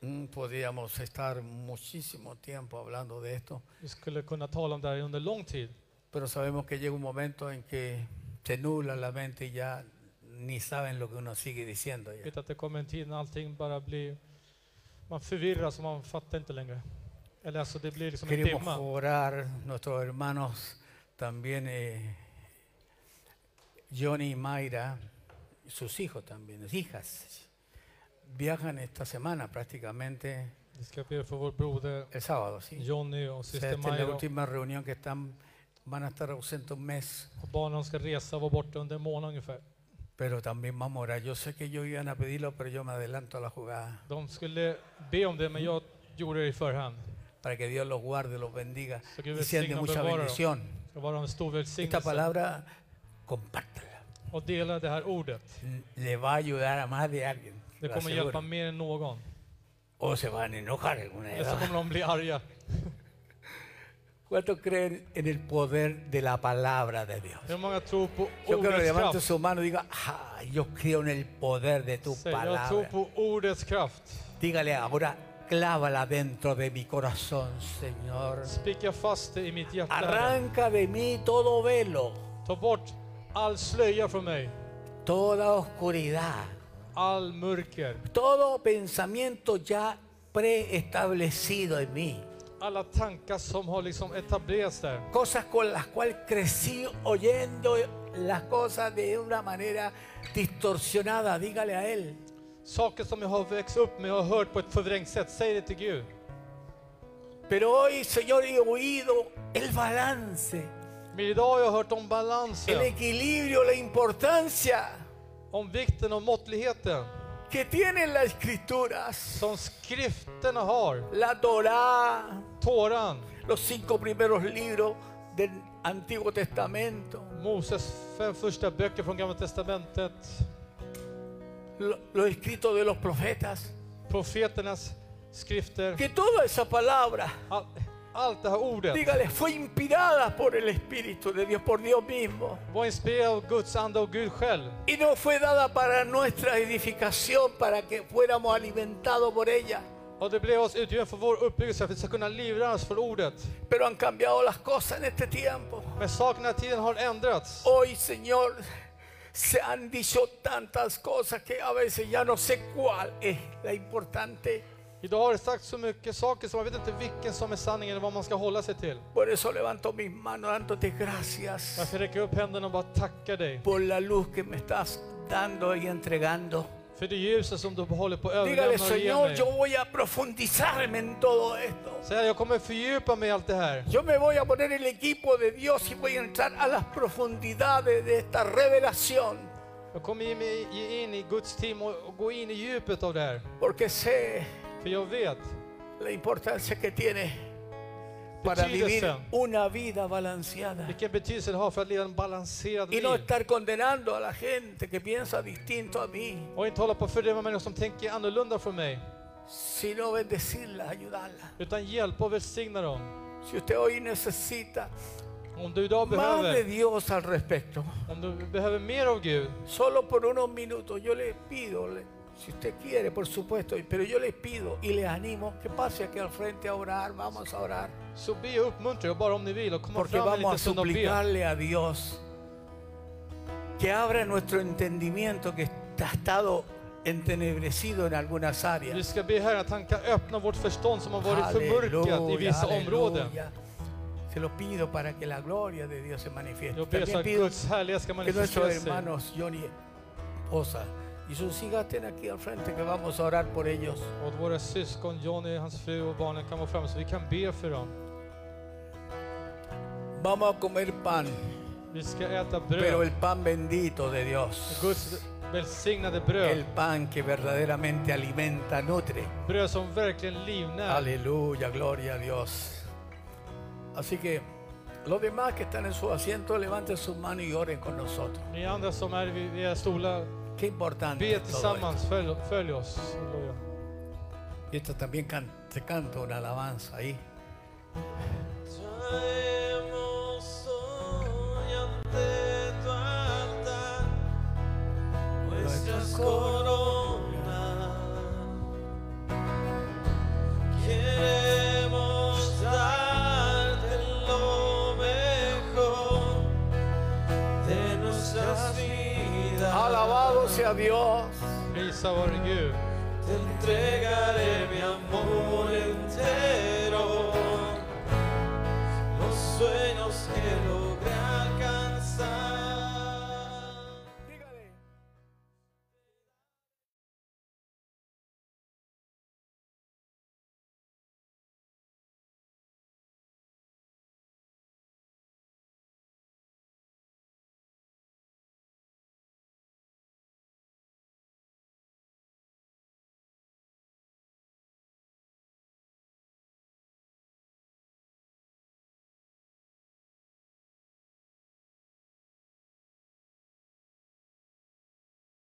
A: Mm, Podríamos estar muchísimo tiempo hablando de esto,
B: Vi skulle kunna tala om det här under lång tid.
A: pero sabemos que llega un momento en que se nubla la mente y ya ni saben lo que uno sigue diciendo.
B: Jag
A: ya.
B: vet att det kommer en tid när allting bara blir... Man förvirras och man fattar inte längre. Eller alltså, det blir liksom en
A: Queremos
B: dimma.
A: orar, nuestros hermanos también, eh, Johnny y Mayra, sus hijos también, sus hijas, viajan esta semana prácticamente,
B: Vi ska be för vår broder
A: el sábado, ¿sí?
B: Jonny och
A: O sea,
B: syster
A: esta es la
B: Maja.
A: última reunión que están, van a estar ausentes un mes,
B: Och barnen ska resa och vara borta under en månad ungefär.
A: pero también vamos a orar. Yo sé que ellos iban a pedirlo, pero yo me adelanto a la jugada
B: De skulle be om det, men jag gjorde det i förhand.
A: para que Dios los guarde, los bendiga
B: Så Gud
A: y sean de
B: välsigna och
A: mucha
B: bevara dem.
A: bendición.
B: Det ska vara en stor
A: Esta
B: välsignelse.
A: palabra, compártela.
B: Och dela det här ordet.
A: Le va a ayudar a más de alguien.
B: Det
A: lo
B: kommer
A: aseguro.
B: hjälpa mer än någon.
A: O se van a enojar alguna de
B: Eller så
A: dos.
B: kommer de bli arga.
A: ¿Cuántos creen en el poder de la palabra de Dios?
B: Hur många tror på
A: Yo creo que
B: ordets
A: levante
B: kraft?
A: su mano y diga, "Ah, yo creo en el poder de tu
B: Säg, jag tror
A: palabra.
B: på ordets kraft.
A: Dígale ahora, clávala dentro de mi corazón, Señor.
B: Spika fast det i mitt hjärta. Herre.
A: Arranca de mí todo velo,
B: Ta bort all slöja från mig.
A: toda oscuridad,
B: All mörker.
A: todo pensamiento ya preestablecido en mí.
B: Alla tankar som har liksom etablerats där.
A: cosas con las cuales crecí oyendo las cosas de una manera distorsionada. Dígale a Él,
B: Saker som jag har växt upp med och har hört på ett förvrängt sätt. Säg det till Gud.
A: pero hoy, Señor, he oído el balance,
B: Men idag har jag hört om
A: el
B: balansen.
A: equilibrio, la importancia
B: Om vikten och måttligheten.
A: que tienen las escrituras,
B: Som skrifterna har.
A: la Torá,
B: Toran.
A: los cinco primeros libros del Antiguo Testamento,
B: Moses fem första böcker från Gamla Testamentet.
A: lo- los escritos de los profetas,
B: Profeternas skrifter.
A: que toda esa palabra,
B: All, allt det här ordet.
A: dígale, fue inspirada por el Espíritu de Dios, por Dios mismo.
B: Var inspirerad av Guds ande och Gud själv.
A: y no fue dada para nuestra edificación, para que fuéramos alimentados por ella.
B: Och det blev oss utgiven för vår uppbyggelse, för att vi ska kunna livra oss för ordet.
A: Pero han cambiado las cosas en este tiempo.
B: Men sakerna i tiden har ändrats.
A: Hoy, Señor, se han dicho tantas cosas que a veces ya no sé cuál es la importante.
B: Idag har det sagt så mycket saker som man vet inte vilken som är sanningen eller vad man ska hålla sig till.
A: Por eso levanto mis manos dándote gracias
B: Därför räcker jag upp händerna och bara tackar dig
A: por la luz que me estás dando y entregando.
B: för det ljuset som du håller på att överlämna
A: Dígale,
B: och ge
A: Señor,
B: mig.
A: yo voy a profundizarme en todo esto.
B: Säg, jag kommer fördjupa mig i allt det här.
A: Yo me voy a poner el equipo de Dios y voy a entrar a las profundidades de esta revelación,
B: Jag kommer ge mig ge in i Guds team och, och gå in i djupet av det här.
A: porque sé
B: För jag vet
A: la importancia que tiene para vivir
B: Betydelsen.
A: una vida balanceada
B: vilken betydelse det har för att leva en balanserad
A: y no
B: liv.
A: estar condenando a la gente que piensa distinto a mí,
B: Och inte hålla på att fördöma människor som tänker annorlunda från mig.
A: sino bendecirla, ayudarla.
B: Utan hjälpa och välsigna dem.
A: Si usted hoy necesita
B: Om du idag
A: más de
B: behöver,
A: Dios al respecto,
B: om du behöver mer av Gud,
A: solo por unos minutos, yo le pido, le- si usted quiere, por supuesto, pero yo le pido y le animo que pase aquí al frente a orar, vamos a orar,
B: så be och uppmuntra er bara om ni vill och komma
A: porque
B: fram en
A: vamos a
B: liten stund och be.
A: suplicarle a Dios que abra nuestro entendimiento que ha estado entenebrecido en algunas
B: Vi
A: áreas.
B: ska be Herren att han kan öppna vårt förstånd som har varit förmörkat i
A: Aleluya,
B: vissa områden.
A: aleluya. Se lo pido para que la gloria de Dios se manifieste.
B: Jag ber så
A: También
B: att
A: pido
B: Guds härlighet ska
A: que nuestros
B: manifestera sig.
A: hermanos Johnny Osa Y sus hijas estén aquí al frente que vamos a orar por ellos.
B: Och våra syskon Johnny, hans fru och barnen kan vara framme så vi kan be för dem.
A: Vamos a comer pan,
B: Vi ska äta
A: pero
B: bröd,
A: el pan bendito de Dios.
B: Guds välsignade bröd.
A: El pan que verdaderamente alimenta, nutre.
B: Bröd som verkligen livnär.
A: Aleluya, gloria a Dios. Así que los demás que están en su asiento, levanten sus manos y oren con nosotros.
B: Ni andra som är vid era stolar,
A: Qué importante.
B: be
A: es todo esto.
B: tillsammans, följ, följ oss. Halleluja.
A: Y esto también can- se canta una alabanza ahí.
C: Traemos hoy ante tu altar nuestras coronas. Queremos darte lo mejor de nuestras vidas.
A: Alabado sea Dios.
B: Prisa vår Gud.
C: Te entregaré mi amor entero, los sueños que lo